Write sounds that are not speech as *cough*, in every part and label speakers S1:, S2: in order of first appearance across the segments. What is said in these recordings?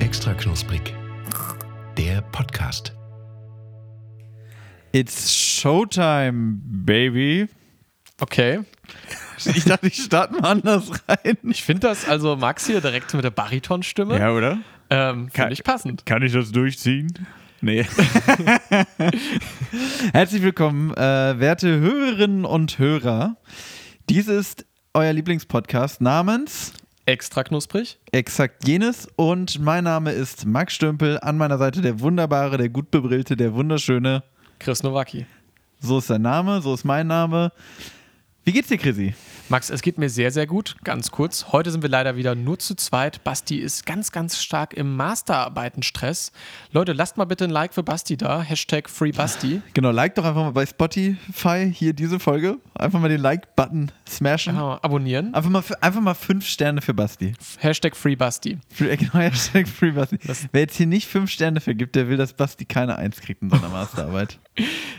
S1: Extra knusprig. Der Podcast.
S2: It's Showtime, Baby.
S3: Okay.
S2: Ich dachte, ich starte mal anders rein.
S3: Ich finde das, also Max hier direkt mit der Baritonstimme,
S2: oder?
S3: ähm, finde ich passend.
S2: Kann ich das durchziehen? Nee. *laughs* Herzlich willkommen, äh, werte Hörerinnen und Hörer. Dies ist euer Lieblingspodcast namens
S3: Extra knusprig.
S2: Exakt jenes und mein Name ist Max Stümpel. An meiner Seite der wunderbare, der gut bebrillte, der wunderschöne.
S3: Chris Nowacki.
S2: So ist sein Name, so ist mein Name. Wie geht's dir, Chrissy?
S3: Max, es geht mir sehr, sehr gut. Ganz kurz. Heute sind wir leider wieder nur zu zweit. Basti ist ganz, ganz stark im Masterarbeitenstress. Leute, lasst mal bitte ein Like für Basti da. Hashtag FreeBasti.
S2: Genau, like doch einfach mal bei Spotify hier diese Folge. Einfach mal den Like-Button smashen.
S3: Ah, abonnieren.
S2: Einfach mal, einfach mal fünf Sterne für Basti.
S3: Hashtag FreeBasti.
S2: Für, äh, genau, Hashtag Free *laughs* Basti. Wer jetzt hier nicht fünf Sterne für gibt, der will, dass Basti keine Eins kriegt in seiner *laughs* Masterarbeit.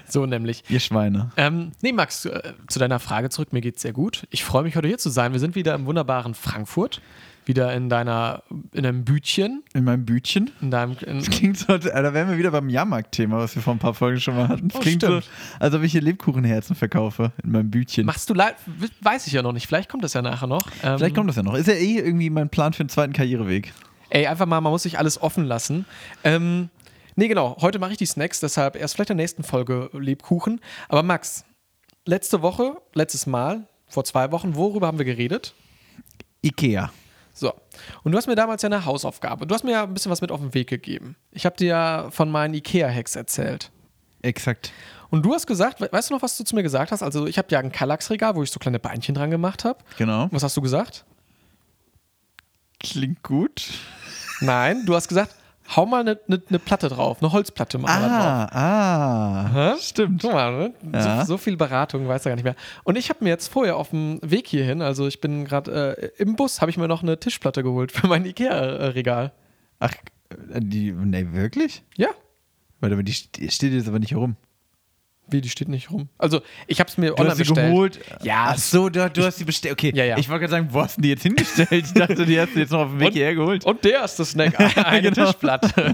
S3: So nämlich.
S2: Ihr Schweine.
S3: Ähm, nee, Max, äh, zu deiner Frage zurück. Mir geht's sehr gut. Ich freue mich, heute hier zu sein. Wir sind wieder im wunderbaren Frankfurt. Wieder in deiner, in einem Bütchen.
S2: In meinem Bütchen.
S3: In deinem, in,
S2: Klingt so, als- da wären wir wieder beim Jahrmarkt-Thema, was wir vor ein paar Folgen schon mal hatten. Es
S3: Oh,
S2: klingt so,
S3: stimmt.
S2: als ob ich hier Lebkuchenherzen verkaufe in meinem Bütchen.
S3: Machst du live? We- Weiß ich ja noch nicht. Vielleicht kommt das ja nachher noch. Ähm,
S2: Vielleicht kommt das ja noch. Ist ja eh irgendwie mein Plan für den zweiten Karriereweg.
S3: Ey, einfach mal, man muss sich alles offen lassen. Ähm, nee, genau. Heute mache ich die Snacks, deshalb erst vielleicht in der nächsten Folge Lebkuchen. Aber Max, letzte Woche, letztes Mal, vor zwei Wochen, worüber haben wir geredet?
S2: Ikea.
S3: So. Und du hast mir damals ja eine Hausaufgabe. Du hast mir ja ein bisschen was mit auf den Weg gegeben. Ich habe dir ja von meinen IKEA-Hacks erzählt.
S2: Exakt.
S3: Und du hast gesagt, we- weißt du noch, was du zu mir gesagt hast? Also, ich habe ja ein Kallax-Regal, wo ich so kleine Beinchen dran gemacht habe.
S2: Genau.
S3: Was hast du gesagt?
S2: Klingt gut.
S3: Nein, du hast gesagt, hau mal eine ne, ne Platte drauf, eine Holzplatte mal drauf.
S2: Ah, ah.
S3: Hä?
S2: Stimmt.
S3: Guck mal, ne?
S2: Ja.
S3: so, so viel Beratung weiß er gar nicht mehr. Und ich habe mir jetzt vorher auf dem Weg hierhin, also ich bin gerade äh, im Bus, habe ich mir noch eine Tischplatte geholt für mein Ikea-Regal.
S2: Ach, äh, die, nee, wirklich?
S3: Ja,
S2: Warte, aber die st- steht jetzt aber nicht herum.
S3: wie, die steht nicht rum. Also ich habe es mir
S2: Du
S3: online
S2: hast sie
S3: bestellt.
S2: geholt.
S3: Ja.
S2: Ach so, du, du hast sie bestellt. Okay,
S3: Ja, ja.
S2: ich wollte gerade sagen, wo hast du die jetzt hingestellt? Ich dachte, die hast du jetzt noch auf dem Weg
S3: Und-
S2: hierher geholt.
S3: Und der ist das *laughs* Snack, eine
S2: Genau.
S3: Tischplatte.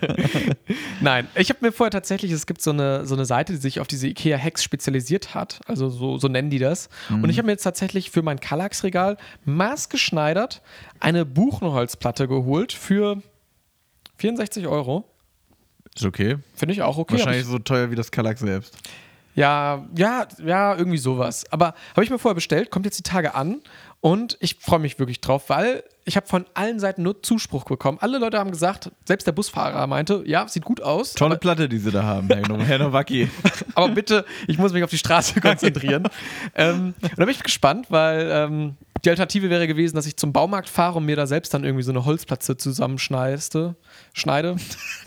S3: *laughs* Nein, ich habe mir vorher tatsächlich, es gibt so eine, so eine Seite, die sich auf diese Ikea-Hacks spezialisiert hat. Also so, so nennen die das. Und ich habe mir jetzt tatsächlich für mein Kallax-Regal maßgeschneidert eine Buchenholzplatte geholt für 64 Euro.
S2: Ist okay.
S3: Finde ich auch okay.
S2: Wahrscheinlich
S3: Hab
S2: so teuer wie das Kallax selbst.
S3: Ich, ja, ja, ja, irgendwie sowas. Aber habe ich mir vorher bestellt, kommt jetzt die Tage an und ich freue mich wirklich drauf, weil ich habe von allen Seiten nur Zuspruch bekommen. Alle Leute haben gesagt, selbst der Busfahrer meinte, ja, sieht gut aus,
S2: Tolle Platte, die sie da haben, Herr Now- Herr Nowacki.
S3: *laughs* aber bitte, ich muss mich auf die Straße konzentrieren. ähm, und da bin ich gespannt, weil ähm, die Alternative wäre gewesen, dass ich zum Baumarkt fahre und mir da selbst dann irgendwie so eine Holzplatte zusammenschneide. Schneide.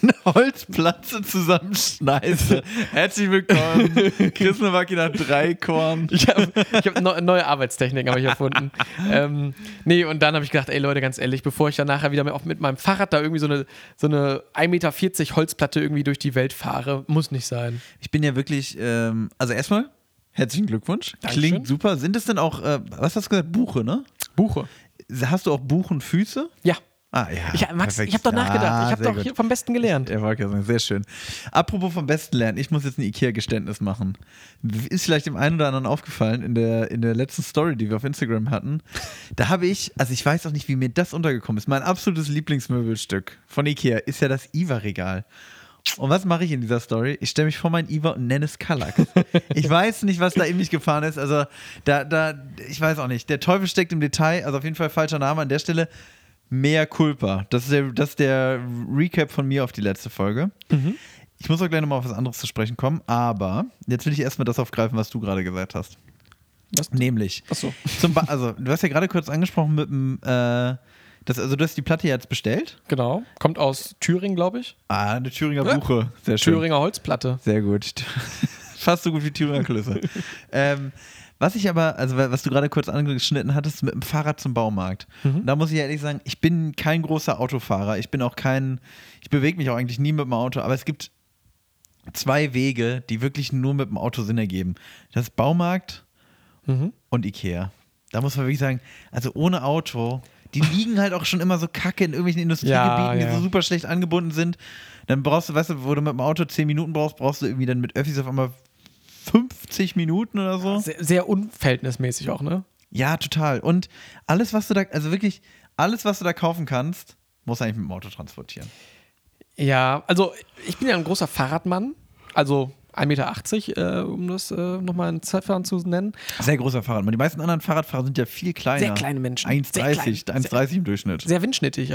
S2: Eine Holzplatte
S3: *laughs*
S2: zusammenschneide. Herzlich willkommen. Chris Nowacki nach drei Korn.
S3: *laughs* Ich habe ich hab neu, neue Arbeitstechniken habe ich erfunden. ähm, nee, und dann habe ich gedacht, ey Leute, ganz ehrlich, bevor ich dann nachher wieder mit, auch mit meinem Fahrrad da irgendwie so eine, so eine 1,40 Meter Holzplatte irgendwie durch die Welt fahre, muss nicht sein.
S2: Ich bin ja wirklich, ähm, also erstmal, herzlichen Glückwunsch.
S3: Dankeschön.
S2: Klingt super. Sind es denn auch, äh, was hast du gesagt, Buche, ne?
S3: Buche.
S2: Hast du auch Buchenfüße?
S3: Ja.
S2: Ah ja.
S3: Ich, Max,
S2: perfekt.
S3: ich habe doch
S2: Ah,
S3: nachgedacht. Ich habe
S2: sehr
S3: doch
S2: gut.
S3: hier vom Besten gelernt.
S2: Er war gesagt, sehr schön. Apropos vom Besten lernen, ich muss jetzt ein IKEA-Geständnis machen. Ist vielleicht dem einen oder anderen aufgefallen in der, in der letzten Story, die wir auf Instagram hatten. Da habe ich, also ich weiß auch nicht, wie mir das untergekommen ist. Mein absolutes Lieblingsmöbelstück von IKEA ist ja das IWA-Regal. Und was mache ich in dieser Story? Ich stelle mich vor mein IWA und nenne es Kallax. Ich weiß nicht, was da in mich gefahren ist. Also, da, da, ich weiß auch nicht. Der Teufel steckt im Detail. Also, auf jeden Fall falscher Name an der Stelle. Mehr Culpa. Das ist der, das ist der Recap von mir auf die letzte Folge. Ich muss auch gleich nochmal auf was anderes zu sprechen kommen, aber jetzt will ich erstmal das aufgreifen, was du gerade gesagt hast.
S3: Was?
S2: Nämlich.
S3: Achso.
S2: Zum ba also, du hast ja gerade kurz angesprochen mit dem, äh, das, also du hast die Platte jetzt bestellt.
S3: Genau. Kommt aus Thüringen, glaube ich.
S2: Ah, eine Thüringer
S3: Ja.
S2: Buche. Sehr schön.
S3: Thüringer Holzplatte.
S2: Sehr gut. *laughs* Fast so gut wie Thüringer Klöße. ähm, was ich aber, also wa- was du gerade kurz angeschnitten hattest, mit dem Fahrrad zum Baumarkt. Da muss ich ehrlich sagen, ich bin kein großer Autofahrer. Ich bin auch kein, ich bewege mich auch eigentlich nie mit dem Auto, aber es gibt zwei Wege, die wirklich nur mit dem Auto Sinn ergeben. Das ist Baumarkt
S3: Mhm.
S2: und Ikea. Da muss man wirklich sagen, also ohne Auto,
S3: *laughs*
S2: die liegen halt auch schon immer so kacke in irgendwelchen Industriegebieten, die
S3: ja.
S2: so super schlecht angebunden sind. Dann brauchst du, weißt du, wo du mit dem Auto 10 Minuten brauchst, brauchst du irgendwie dann mit Öffis auf einmal 50 Minuten oder so.
S3: Sehr, sehr unverhältnismäßig auch, ne?
S2: Ja, total. Und alles, was du da, also wirklich, alles, was du da kaufen kannst, muss eigentlich mit dem Auto transportieren.
S3: Ja, also ich bin ja ein großer Fahrradmann. Also 1,80 Meter, äh, um das äh, nochmal in Ziffern zu nennen.
S2: Sehr großer Fahrradmann. Die meisten anderen Fahrradfahrer sind ja viel kleiner.
S3: Sehr kleine Menschen.
S2: 1,30,
S3: Sehr klein.
S2: 1,30 im Durchschnitt.
S3: Sehr windschnittig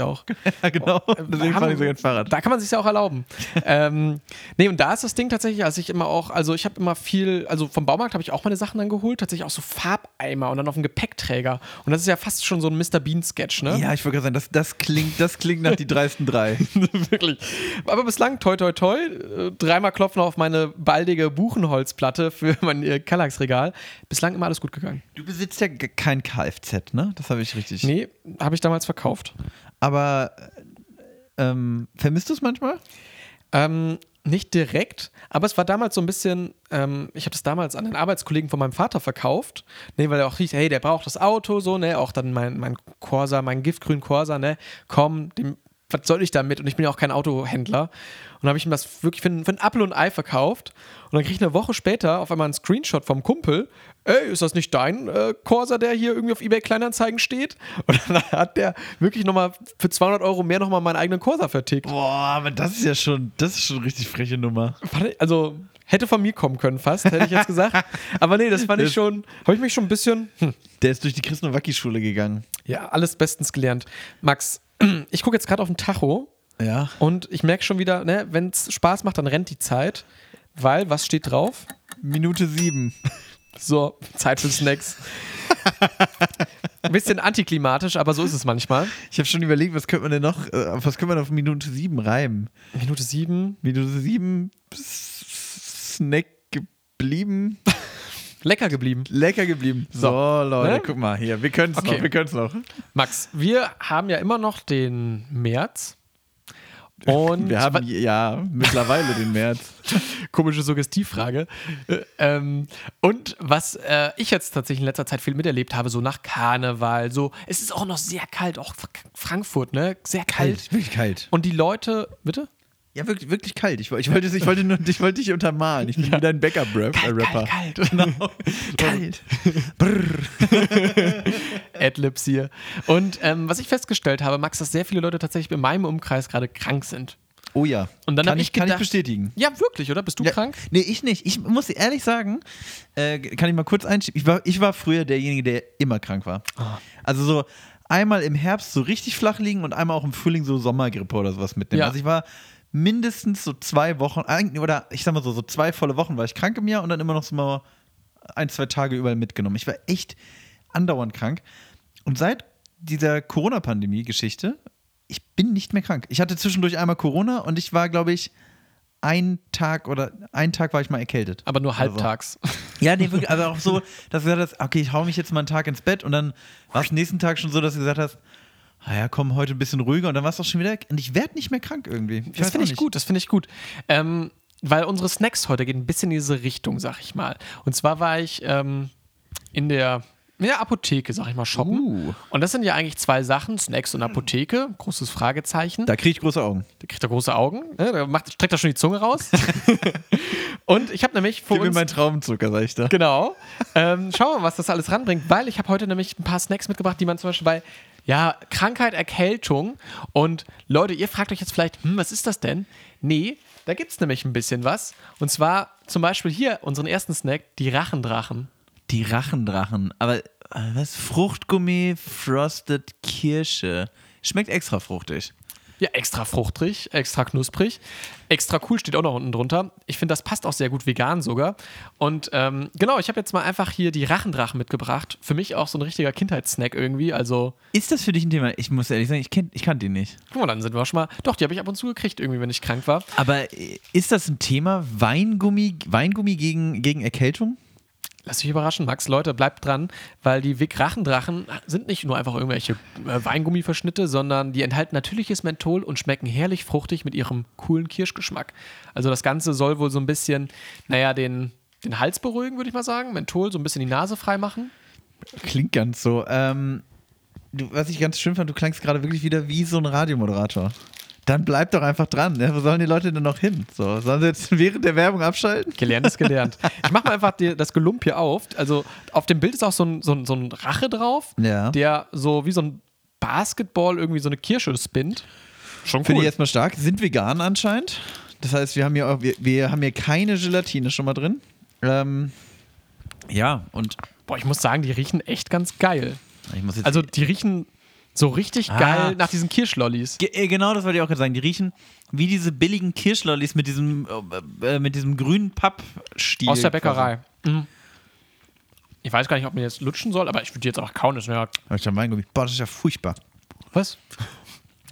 S2: *laughs*
S3: auch.
S2: ja, genau. Deswegen
S3: Haben-
S2: fahre ich so gerne Fahrrad.
S3: Da kann man sich ja
S2: *laughs*
S3: auch erlauben. ähm, nee, und da ist das Ding tatsächlich, als ich immer auch, also ich habe immer viel, also vom Baumarkt habe ich auch meine Sachen dann geholt, tatsächlich auch so Farbeimer und dann auf dem Gepäckträger. Und das ist ja fast schon so ein Mr. Bean-Sketch, ne?
S2: Ja, ich wollte gerade sagen, das, das, klingt, das klingt nach die dreisten drei.
S3: *laughs* Wirklich. Aber bislang, toi, toi, toi, äh, dreimal klopfen auf meine baldige Buchenholzplatte für mein äh, Kallax-Regal. Bislang immer alles gut gegangen.
S2: *laughs* Du besitzt ja g- kein Kfz, ne? Das habe ich richtig.
S3: Nee, habe ich damals verkauft.
S2: Aber äh, ähm, vermisst du es manchmal?
S3: Ähm, nicht direkt, aber es war damals so ein bisschen, ähm, ich habe das damals an den Arbeitskollegen von meinem Vater verkauft, ne, weil er auch hieß, hey, der braucht das Auto, so, ne, auch dann mein, mein Corsa, mein giftgrünen Corsa, ne, komm, dem, was soll ich damit? Und ich bin ja auch kein Autohändler. Und dann habe ich ihm das wirklich für, ein- für ein Apple und Ei verkauft. Und dann kriege ich eine Woche später auf einmal einen Screenshot vom Kumpel, ey, ist das nicht dein äh, Corsa, der hier irgendwie auf eBay Kleinanzeigen steht? Und *laughs* dann hat der wirklich nochmal für 200 Euro mehr nochmal meinen eigenen Corsa vertickt.
S2: Boah, aber das ist ja schon, das ist schon eine richtig freche Nummer.
S3: Fand ich- also hätte von mir kommen können fast, hätte ich
S2: *laughs*
S3: jetzt gesagt. Aber nee, das fand ich
S2: Das-
S3: schon, habe ich mich schon ein bisschen, hm,
S2: Der ist durch die Christen-Wacki-Schule gegangen.
S3: ja, alles bestens gelernt. Max, *clears throat* ich gucke jetzt gerade auf den Tacho
S2: Ja.
S3: und ich merke schon wieder, ne, wenn es Spaß macht, dann rennt die Zeit. Weil, was steht drauf?
S2: Minute sieben. *laughs*
S3: So, Zeit für Snacks. *laughs* Ein bisschen antiklimatisch, aber so ist es manchmal.
S2: Ich habe schon überlegt, was könnte man denn noch, äh, was könnte man auf Minute sieben reimen?
S3: Minute sieben.
S2: Minute sieben, S- Snack geblieben,
S3: Lecker geblieben.
S2: *laughs* lecker geblieben. So, Leute,
S3: Ne?
S2: guck mal hier, wir können es
S3: Okay.
S2: noch, wir können es noch.
S3: Max, wir haben ja immer noch den März. Und
S2: Wir haben ja mittlerweile den März.
S3: komische Suggestivfrage. Äh, Ähm, und was äh, ich jetzt tatsächlich in letzter Zeit viel miterlebt habe, so nach Karneval, so, es ist auch noch sehr kalt, auch Fra- Frankfurt, ne? Sehr *laughs* kalt.
S2: wirklich kalt.
S3: Und die Leute, bitte?
S2: Ja, wirklich, wirklich kalt. Ich, woll- ich, wollte, ich, wollte, nur, ich wollte dich untermalen. Ich bin wieder ein Backup-Rapper. Äh, Rapper. *laughs*
S3: Kalt, kalt. *laughs* Genau.
S2: Kalt.
S3: Adlibs hier. Und ähm, was ich festgestellt habe, Max, dass sehr viele Leute tatsächlich in meinem Umkreis gerade krank sind.
S2: Oh ja.
S3: Und dann
S2: kann
S3: hab
S2: ich,
S3: ich
S2: kann ich
S3: gedacht-
S2: bestätigen.
S3: Ja, wirklich, oder? Bist du
S2: Mhm. Ja,
S3: krank?
S2: Nee, ich nicht. Ich muss dir ehrlich sagen, äh, kann ich mal kurz einschieben. Ich war, ich war früher derjenige, der immer krank war.
S3: Ah.
S2: Also so einmal im Herbst so richtig flach liegen und einmal auch im Frühling so Sommergrippe oder sowas mitnehmen.
S3: Ja.
S2: Also ich war mindestens so zwei Wochen, eigentlich- oder ich sag mal so, so zwei volle Wochen war ich krank im Jahr und dann immer noch so mal ein, zwei Tage überall mitgenommen. Ich war echt andauernd krank. Und seit dieser Corona-Pandemie-Geschichte, ich bin nicht mehr krank. Ich hatte zwischendurch einmal Corona und ich war, glaube ich, ein Tag oder einen Tag war ich mal erkältet. Also
S3: Aber nur halbtags.
S2: Ja, nee, wirklich, also auch so, dass du gesagt hast, okay, ich hau mich jetzt mal einen Tag ins Bett und dann war es nächsten Tag schon so, dass du gesagt hast, naja, komm, heute ein bisschen ruhiger und dann war es auch schon wieder, und ich werde nicht mehr krank irgendwie. Ich
S3: Das
S2: weiß
S3: finde
S2: auch
S3: ich
S2: nicht.
S3: gut, das finde ich gut. Ähm, weil unsere Snacks heute gehen ein bisschen in diese Richtung, sag ich mal. Und zwar war ich ähm, in, der, in der Apotheke, sag ich mal, shoppen.
S2: Uh. Hm.
S3: Und das sind ja eigentlich zwei Sachen, Snacks und Apotheke, großes Fragezeichen.
S2: Da kriege ich große Augen.
S3: Da kriegt er große Augen, ne? da macht, streckt er schon die Zunge
S2: *laughs*
S3: raus. und ich habe nämlich vor
S2: Gib mir
S3: uns...
S2: meinen Traumzucker, sag ich da.
S3: Genau. Ähm, schauen wir mal, was das alles ranbringt, weil ich habe heute nämlich ein paar Snacks mitgebracht, die man zum Beispiel bei ja, Krankheit, Erkältung und Leute, ihr fragt euch jetzt vielleicht, hm, was ist das denn? Nee, da gibt es nämlich ein bisschen was. Und zwar zum Beispiel hier unseren ersten Snack, die Rachendrachen.
S2: Die Rachendrachen, aber äh, was? Fruchtgummi, Frosted Kirsche. Schmeckt extra fruchtig.
S3: Ja, extra fruchtig, extra knusprig, extra cool steht auch noch unten drunter. Ich finde, das passt auch sehr gut vegan sogar. Und ähm, genau, ich habe jetzt mal einfach hier die Rachendrachen mitgebracht. Für mich auch so ein richtiger Kindheitssnack irgendwie. Also
S2: Ist das für dich ein Thema? Ich muss ehrlich sagen, ich, kenn, ich kannte die nicht.
S3: Guck mal, dann sind wir schon mal. Doch, die habe ich ab und zu gekriegt, irgendwie, wenn ich krank war.
S2: Aber äh, ist das ein Thema? Weingummi, Weingummi gegen, gegen Erkältung?
S3: Lass dich überraschen, Max. Leute, bleibt dran, weil die Wick-Rachendrachen sind nicht nur einfach irgendwelche äh, Weingummiverschnitte, sondern die enthalten natürliches Menthol und schmecken herrlich fruchtig mit ihrem coolen Kirschgeschmack. Also das Ganze soll wohl so ein bisschen, naja, den, den Hals beruhigen, würde ich mal sagen. Menthol so ein bisschen die Nase frei machen.
S2: Klingt ganz so. Ähm, du, was ich ganz schön fand, du klangst gerade wirklich wieder wie so ein Radiomoderator. Dann bleib doch einfach dran. Ja, wo sollen die Leute denn noch hin? So, sollen sie jetzt *laughs* während der Werbung abschalten?
S3: Gelernt ist gelernt. Ich mache mal einfach die, das Gelump hier auf. Also auf dem Bild ist auch so ein, so ein, so ein Rache drauf,
S2: Ja.
S3: der so wie so ein Basketball irgendwie so eine Kirsche spinnt. Schon
S2: Finde ich erstmal stark. Sind vegan anscheinend. Das heißt, wir haben hier, auch, wir, wir haben hier keine Gelatine schon mal drin. Ähm, ja, und
S3: Boah, ich muss sagen, die riechen echt ganz geil.
S2: ich muss jetzt
S3: Also die riechen so richtig
S4: Ah.
S3: geil nach diesen Kirschlollis.
S4: Ge- äh, Genau, das wollte ich auch gerade sagen. Die riechen wie diese billigen Kirschlollis mit diesem, äh, äh, mit diesem grünen Pappstiel.
S3: Aus der Bäckerei. Mhm. Ich weiß gar nicht, ob man jetzt lutschen soll, aber ich würde die jetzt einfach kauen. Das ist ja,
S2: Hab ich da Weingummi. Boah, das ist ja furchtbar.
S3: was?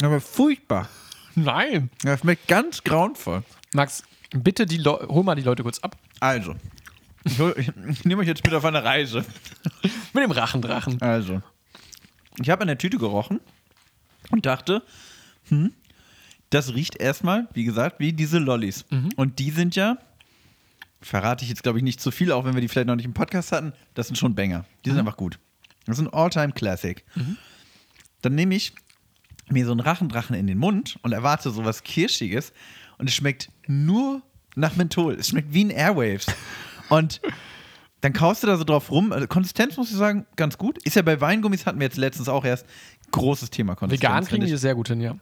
S2: Aber furchtbar.
S3: *laughs* Nein.
S2: Das schmeckt ganz grauenvoll.
S3: Max, bitte die Leu- hol mal die Leute kurz ab.
S2: Also, ich, hol- ich, ich nehme euch jetzt mit auf eine Reise.
S3: Mit dem Rachendrachen.
S2: Also, ich habe an der Tüte gerochen und dachte, hm, das riecht erstmal, wie gesagt, wie diese Lollis. Und die sind ja, verrate ich jetzt glaube ich nicht zu viel, auch wenn wir die vielleicht noch nicht im Podcast hatten, das sind schon Banger. Die sind einfach gut. Das ist ein All-Time-Classic. Dann nehme ich mir so einen Rachendrachen in den Mund und erwarte sowas Kirschiges und es schmeckt nur nach Menthol. Es schmeckt wie ein Airwaves. Und dann kaust du da so drauf rum. Also Konsistenz muss ich sagen, ganz gut. Ist ja bei Weingummis hatten wir jetzt letztens auch erst großes Thema Konsistenz.
S3: Vegan kriegen
S2: finde
S3: die
S2: ich.
S3: das sehr gut hin, ja.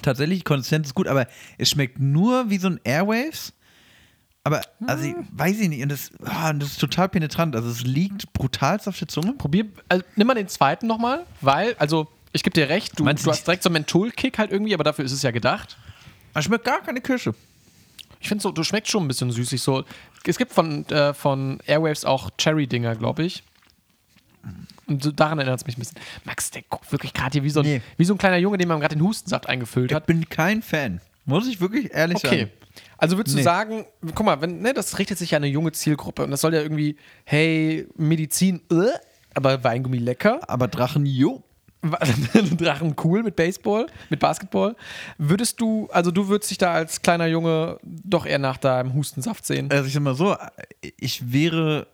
S2: Tatsächlich, die Konsistenz ist gut, aber es schmeckt nur wie so ein Airwaves. Aber, also, ich weiß ich nicht. Und das, ah, und das ist total penetrant. Also, es liegt brutalst auf der Zunge.
S3: Probier, also, nimm mal den zweiten nochmal, weil, also, ich gebe dir recht, du,
S2: Meinst du
S3: du
S2: nicht-
S3: hast direkt so einen Menthol-Kick halt irgendwie, aber dafür ist es ja gedacht.
S2: Es schmeckt gar keine Kirsche.
S3: Ich finde so, du schmeckst schon ein bisschen süßig. So. Es gibt von, äh, von Airwaves auch Cherry-Dinger, glaube ich. Und so, daran erinnert es mich ein bisschen. Max, der guckt wirklich gerade hier wie so, ein,
S2: Nee.
S3: wie so ein kleiner Junge, dem man gerade den Hustensaft eingefüllt
S2: Ich
S3: hat.
S2: bin kein Fan. Muss ich wirklich ehrlich
S3: Okay.
S2: sagen.
S3: Also würdest
S2: Nee.
S3: du sagen, guck mal, wenn, ne, das richtet sich ja an eine junge Zielgruppe und das soll ja irgendwie, hey, Medizin, äh, aber Weingummi lecker, *laughs*
S2: Aber Drachen, jo.
S3: Drachen cool mit Baseball, mit Basketball. Würdest du, also du würdest dich da als kleiner Junge doch eher nach deinem Hustensaft sehen?
S2: Also ich sag mal so, ich wäre,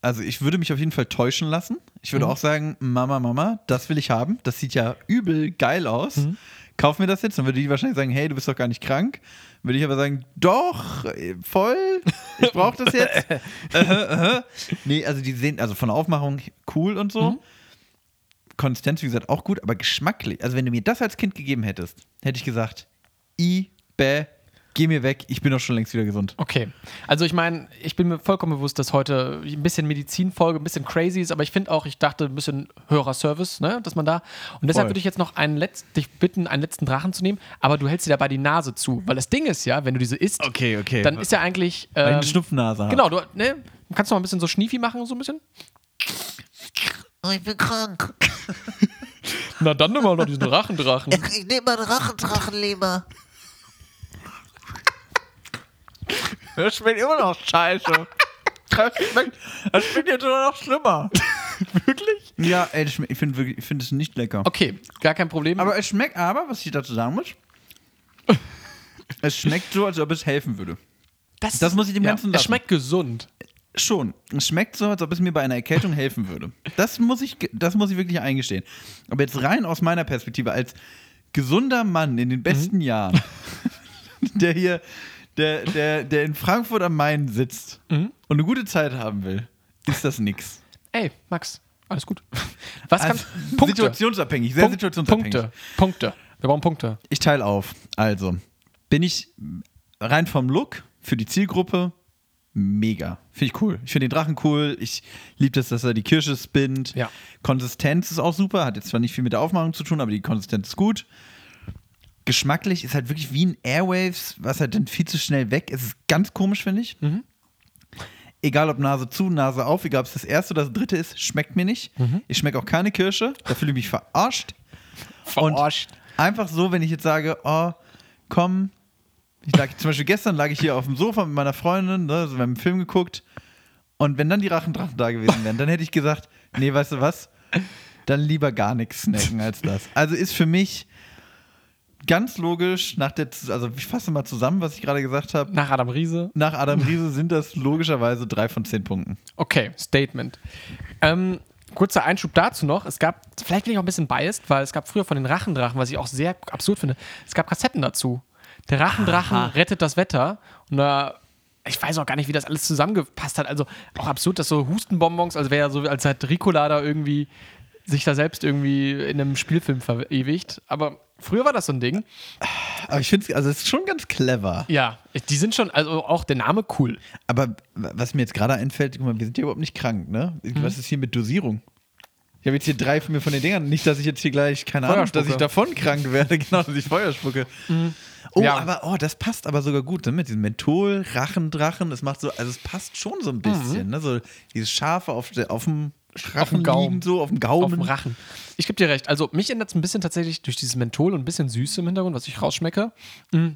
S2: also ich würde mich auf jeden Fall täuschen lassen. Ich würde auch sagen, Mama, Mama, das will ich haben. Das sieht ja übel geil aus. Kauf mir das jetzt. Dann würde die wahrscheinlich sagen, hey, du bist doch gar nicht krank. Würde ich aber sagen, doch, äh, voll, ich brauche das jetzt. äh, äh. Nee, also die sehen, also von der Aufmachung cool und so. Konsistenz, wie gesagt, auch gut, aber geschmacklich. Also wenn du mir das als Kind gegeben hättest, hätte ich gesagt, i, bäh, geh mir weg, ich bin doch schon längst wieder gesund.
S3: Okay. Also ich meine, ich bin mir vollkommen bewusst, dass heute ein bisschen Medizinfolge, ein bisschen crazy ist, aber ich finde auch, ich dachte, ein bisschen höherer Service, ne, dass man da. Und deshalb
S2: Voll.
S3: würde ich jetzt noch einen letzten, dich bitten, einen letzten Drachen zu nehmen, aber du hältst dir dabei die Nase zu. Weil das Ding ist ja, wenn du diese isst,
S2: Okay, okay.
S3: dann ist ja eigentlich.
S2: Weil ich
S3: ähm,
S2: eine Schnupfnase habe.
S3: Genau, du ne, kannst noch ein bisschen so Schniefi machen, so ein bisschen.
S5: Oh, ich bin krank. *laughs*
S3: Na dann nimm mal noch diesen *laughs* Rachendrachen.
S5: Ich nehme meinen Rachendrachen lieber.
S2: Das schmeckt immer noch scheiße. Das schmeckt, das schmeckt jetzt immer noch schlimmer.
S3: *laughs* Wirklich?
S2: Ja, ey, das schmeckt- ich finde wirklich, ich finde es nicht lecker.
S3: Okay, gar kein Problem.
S2: Aber es schmeckt aber, was ich dazu sagen
S3: *laughs*
S2: muss, es schmeckt so, als ob es helfen würde. das muss ich dem Ganzen
S3: Es
S2: lassen.
S3: schmeckt gesund.
S2: Schon. Es schmeckt so, als ob es mir bei einer Erkältung helfen würde. Das muss ich, ge- das muss ich wirklich eingestehen. Aber jetzt rein aus meiner Perspektive, als gesunder Mann in den besten
S3: Mhm.
S2: Jahren, *laughs* der hier, der, der, der in Frankfurt am Main sitzt
S3: Mhm.
S2: und eine gute Zeit haben will, ist das nix.
S3: Ey, Max, alles gut. Was
S2: Also,
S3: kann. Punkte.
S2: Situationsabhängig, sehr
S3: Punkt-
S2: situationsabhängig.
S3: Punkte. Punkte. Wir brauchen Punkte.
S2: Ich teile auf. Also, bin ich rein vom Look für die Zielgruppe mega. Finde ich cool. Ich finde den Drachen cool. Ich liebe das, dass er die Kirsche spinnt.
S3: Ja.
S2: Konsistenz ist auch super. Hat jetzt zwar nicht viel mit der Aufmachung zu tun, aber die Konsistenz ist gut. Geschmacklich ist halt wirklich wie ein Airwaves, was halt dann viel zu schnell weg ist. Es ist ganz komisch, finde ich. Egal ob Nase zu, Nase auf, egal ob es das erste oder das dritte ist, schmeckt mir nicht. Ich schmecke auch keine Kirsche. Da fühle ich mich verarscht.
S3: Verarscht.
S2: Und einfach so, wenn ich jetzt sage, oh, komm, ich lag, zum Beispiel gestern lag ich hier auf dem Sofa mit meiner Freundin, ne, so, wir haben einen Film geguckt Und wenn dann die Rachendrachen da gewesen wären, dann hätte ich gesagt, nee, weißt du was? Dann lieber gar nichts snacken als das. Also ist für mich ganz logisch nach der, also ich fasse mal zusammen, was ich gerade gesagt habe.
S3: Nach Adam Riese.
S2: Nach Adam Riese sind das logischerweise drei von zehn Punkten.
S3: Okay, Statement. Ähm, kurzer Einschub dazu noch. Es gab, vielleicht bin ich auch ein bisschen biased, weil es gab früher von den Rachendrachen, was ich auch sehr absurd finde, es gab Kassetten dazu. Der Rachendrachen rettet das Wetter. Und da, ich weiß auch gar nicht, wie das alles zusammengepasst hat. Also auch absurd, dass so Hustenbonbons, als wäre ja so, als hätte Ricola da irgendwie sich da selbst irgendwie in einem Spielfilm verewigt. Aber früher war das so ein Ding.
S2: Aber ich finde es, also es ist schon ganz clever.
S3: Ja, die sind schon, also auch der Name cool.
S2: Aber was mir jetzt gerade einfällt, guck mal, wir sind hier überhaupt nicht krank, ne?
S3: Hm.
S2: Was ist hier mit Dosierung? Ich habe jetzt hier drei von mir von den Dingern. Nicht, dass ich jetzt hier gleich, keine Ahnung, dass ich
S3: Feuerspucke. Mhm.
S2: davon krank werde, *laughs* genau, dass ich Feuer spucke. Oh,
S3: Ja.
S2: aber oh, das passt aber sogar gut, ne? Mit diesem Menthol, Rachendrachen, das macht so, also es passt schon so ein
S3: Mhm.
S2: bisschen, ne? So dieses Scharfe auf, der- auf dem Rachen
S3: Gaumen.
S2: liegen, so auf dem
S3: Auf
S2: Gaumen.
S3: dem Rachen. Ich gebe dir recht. Also, mich ändert es ein bisschen tatsächlich durch dieses Menthol und ein bisschen Süße im Hintergrund, was ich rausschmecke, mm,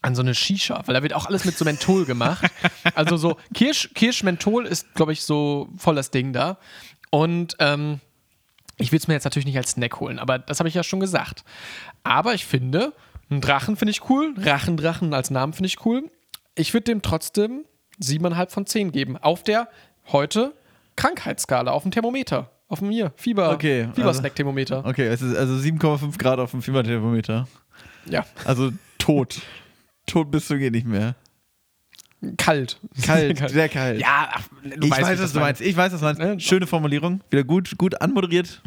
S3: an so eine Shisha, weil da wird auch alles mit so Menthol gemacht. also, so Kirsch, Kirsch-Menthol ist, glaube ich, so voll das Ding da. Und ähm, ich will es mir jetzt natürlich nicht als Snack holen, aber das habe ich ja schon gesagt. Aber ich finde, einen Drachen finde ich cool, Rachendrachen als Namen finde ich cool. Ich würde dem trotzdem 7,5 von 10 geben. Auf der heute Krankheitsskala, auf dem Thermometer. Auf dem hier, Fieber,
S2: Okay, also-
S3: Fieber-Snack-Thermometer.
S2: Okay, es ist also 7,5 Grad auf dem Fieberthermometer.
S3: Ja,
S2: Also
S3: *laughs*
S2: tot. tot bist du geht nicht mehr.
S3: *laughs* kalt.
S2: Kalt, sehr kalt.
S3: Ja, ach, du
S2: ich
S3: weißt,
S2: weiß,
S3: wie
S2: was du
S3: meine.
S2: meinst. Ich weiß, was du
S3: Ne?
S2: meinst. Schöne Formulierung. Wieder gut, gut anmoderiert.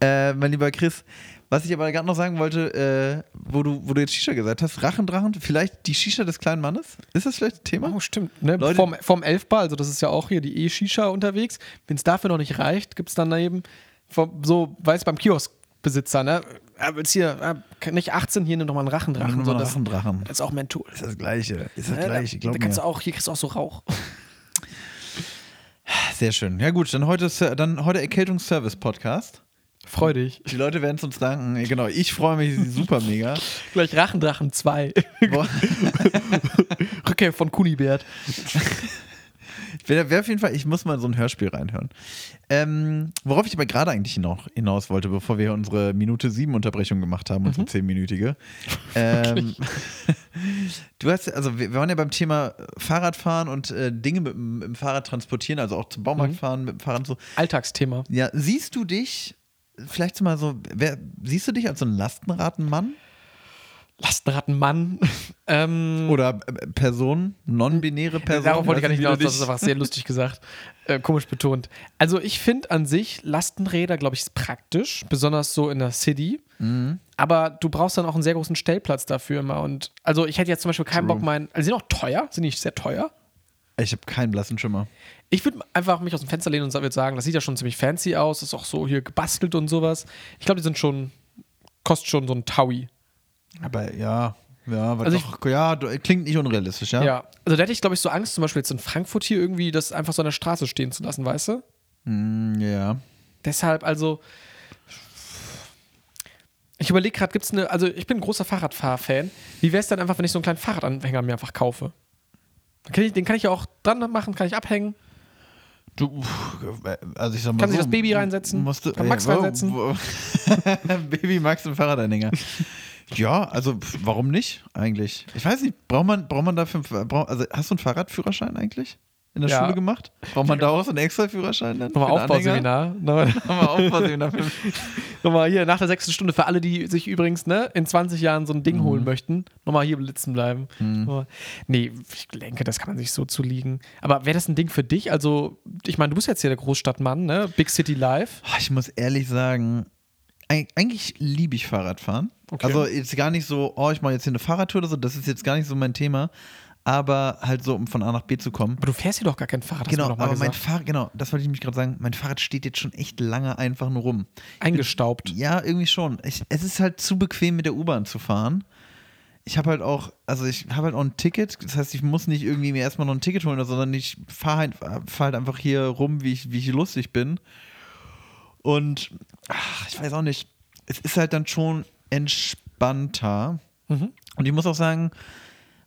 S2: Äh, mein lieber Chris, was ich aber gerade noch sagen wollte, äh, wo, du, wo du jetzt Shisha gesagt hast, Rachendrachen, vielleicht die Shisha des kleinen Mannes? Ist das vielleicht ein Thema?
S3: Oh, stimmt. Ne?
S2: Leute-
S3: vom, vom Elfbar, also das ist ja auch hier die E-Shisha unterwegs. Wenn es dafür noch nicht reicht, gibt es dann eben vom, so, weiß beim Kioskbesitzer, ne? Ah, Willst hier, ah, kann nicht 18, hier nimm noch mal einen Rachendrachen.
S2: Nimm
S3: so,
S2: mal
S3: das,
S2: Rachendrachen.
S3: das ist auch Menthol.
S2: Ist das gleiche. Ist das
S3: Ne?
S2: gleiche,
S3: da,
S2: glaub
S3: da
S2: mir.
S3: kannst du auch, hier kriegst du auch so Rauch.
S2: Sehr schön. Ja gut, dann heute, Ser- dann heute Erkältungsservice-Podcast.
S3: *laughs* Freu dich.
S2: Die Leute werden es uns danken. Ja, Genau, ich freue mich super *laughs* mega.
S3: Gleich Rachendrachen 2.
S2: Boah.
S3: *laughs* Rückkehr von Kunibert.
S2: Wäre wär auf jeden Fall, ich muss mal in so ein Hörspiel reinhören. Ähm, worauf ich aber gerade eigentlich noch hinaus wollte, bevor wir unsere Minute 7 Unterbrechung gemacht haben,
S3: Mhm.
S2: unsere
S3: *laughs*
S2: zehnminütige. Ähm, *laughs* du hast, also wir, wir waren ja beim Thema äh, Fahrradfahren und äh, Dinge mit, dem- mit dem Fahrrad transportieren, also auch zum
S3: Mhm.
S2: Baumarkt fahren mit dem Fahrrad und so.
S3: Alltagsthema.
S2: Ja, siehst du dich, vielleicht mal so, wer, siehst du dich als so einen Lastenratenmann
S3: *laughs* Lastenrattenmann. ähm,
S2: oder äh, Person, non-binäre Person?
S3: Darauf wollte
S2: Weiß
S3: ich gar nicht
S2: wie du
S3: hinaus, das
S2: dich-
S3: ist einfach sehr lustig gesagt. Äh, komisch betont. Also ich finde an sich Lastenräder, glaube ich, ist praktisch, besonders so in der City.
S2: Mhm.
S3: Aber du brauchst dann auch einen sehr großen Stellplatz dafür immer. Und also ich hätte jetzt zum Beispiel keinen Bock, meinen. Also sind auch teuer, sind nicht sehr teuer.
S2: Ich habe keinen blassen Schimmer.
S3: Ich würde einfach mich aus dem Fenster lehnen und würde sagen, das sieht ja schon ziemlich fancy aus, ist auch so hier gebastelt und sowas. Ich glaube, die sind schon, kostet schon so ein Taui.
S2: Aber ja, ja, aber
S3: Also ich-
S2: doch, ja, du- klingt nicht unrealistisch, ja?
S3: Ja. Also da hätte ich, glaube ich, so Angst, zum Beispiel jetzt in Frankfurt hier irgendwie das einfach so an der Straße stehen zu lassen, weißt du?
S2: Mm, Ja.
S3: Deshalb, also. Ich überlege gerade, gibt es eine. Also, ich bin ein großer Fahrradfahr-Fan. Wie wäre es dann einfach, wenn ich so einen kleinen Fahrradanhänger mir einfach kaufe? Dann kann ich, den kann ich ja auch dran machen, kann ich abhängen.
S2: Du, uff, also ich sag mal
S3: Kann
S2: so,
S3: sich das Baby reinsetzen?
S2: Musst du,
S3: Kann Max
S2: wo-
S3: reinsetzen?
S2: wo- *laughs* Baby Max im Fahrradanhänger.
S3: *laughs*
S2: ja, also pf, warum nicht eigentlich? Ich weiß nicht, braucht man, braucht man dafür, einen Fa- brauch, also hast du einen Fahrradführerschein eigentlich? In der
S3: Ja.
S2: Schule gemacht? Braucht man daraus einen extra Führerschein dann?
S3: Nochmal
S2: für den Anhänger?
S3: Aufbauseminar. Nochmal,
S2: *laughs*
S3: *laughs*
S2: Nochmal Aufbauseminar. für-
S3: nochmal hier nach der sechsten Stunde für alle, die sich übrigens ne, in 20 Jahren so ein
S2: Mhm.
S3: Ding holen möchten. Nochmal hier blitzen bleiben. Nochmal- Nee, ich denke, das kann man sich so zulegen. Aber wäre das ein Ding für dich? Also, ich meine, du bist jetzt hier der Großstadtmann, ne? Big City Life.
S2: Oh, Ich muss ehrlich sagen, eig- eigentlich liebe ich Fahrradfahren.
S3: Okay.
S2: Also jetzt gar nicht so, oh, ich mache jetzt hier eine Fahrradtour oder so, das ist jetzt gar nicht so mein Thema, aber halt so, um von A nach B zu kommen.
S3: Aber du fährst hier doch gar kein Fahrrad. hast du mir
S2: Genau,
S3: noch mal
S2: aber mein
S3: gesagt.
S2: Fahrrad, genau, das wollte ich mich gerade sagen, mein Fahrrad steht jetzt schon echt lange einfach nur rum.
S3: Eingestaubt.
S2: Ja, irgendwie schon. Ich, es ist halt zu bequem, mit der U-Bahn zu fahren. Ich habe halt auch, also ich habe halt auch ein Ticket, das heißt, ich muss nicht irgendwie mir erstmal noch ein Ticket holen, sondern ich fahre halt, fahr halt einfach hier rum, wie ich, wie ich lustig bin. Und ach, ich weiß auch nicht, es ist halt dann schon entspannter. Und ich muss auch sagen,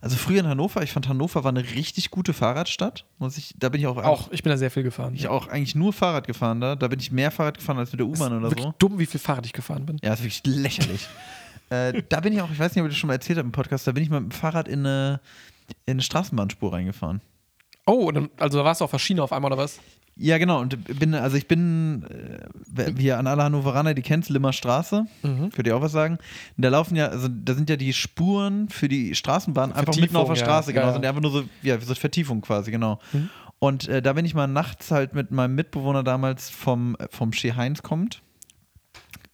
S2: Also früher in Hannover, ich fand Hannover war eine richtig gute Fahrradstadt. Muss ich, da bin ich auch,
S3: Auch, ich bin da sehr viel gefahren.
S2: ich auch eigentlich nur Fahrrad gefahren da. Da bin ich mehr Fahrrad gefahren als mit der U-Bahn oder
S3: Wirklich
S2: so.
S3: dumm, wie viel Fahrrad ich gefahren bin.
S2: Ja, ist wirklich
S3: *laughs*
S2: lächerlich. äh, da bin ich auch, ich weiß nicht, ob ich das schon mal erzählt habe im Podcast, da bin ich mal mit dem Fahrrad in eine, in eine Straßenbahnspur reingefahren.
S3: Oh, und dann, also da warst du auf der Schiene auf einmal oder was?
S2: Ja, genau. Und bin, also ich bin, äh, wer- wir an alle Hannoveraner, die kennt Limmer Straße,
S3: Mhm.
S2: könnt ihr auch was sagen. Und da laufen ja, also da sind ja die Spuren für die Straßenbahn einfach mitten auf der
S3: Vertiefung, ja.
S2: Straße, genau.
S3: Ja, Mhm. ja.
S2: Sind ja einfach nur so, ja, so Vertiefung quasi, genau. Und äh, da bin ich mal nachts halt mit meinem Mitbewohner damals vom, äh, vom Shee Heinz kommt.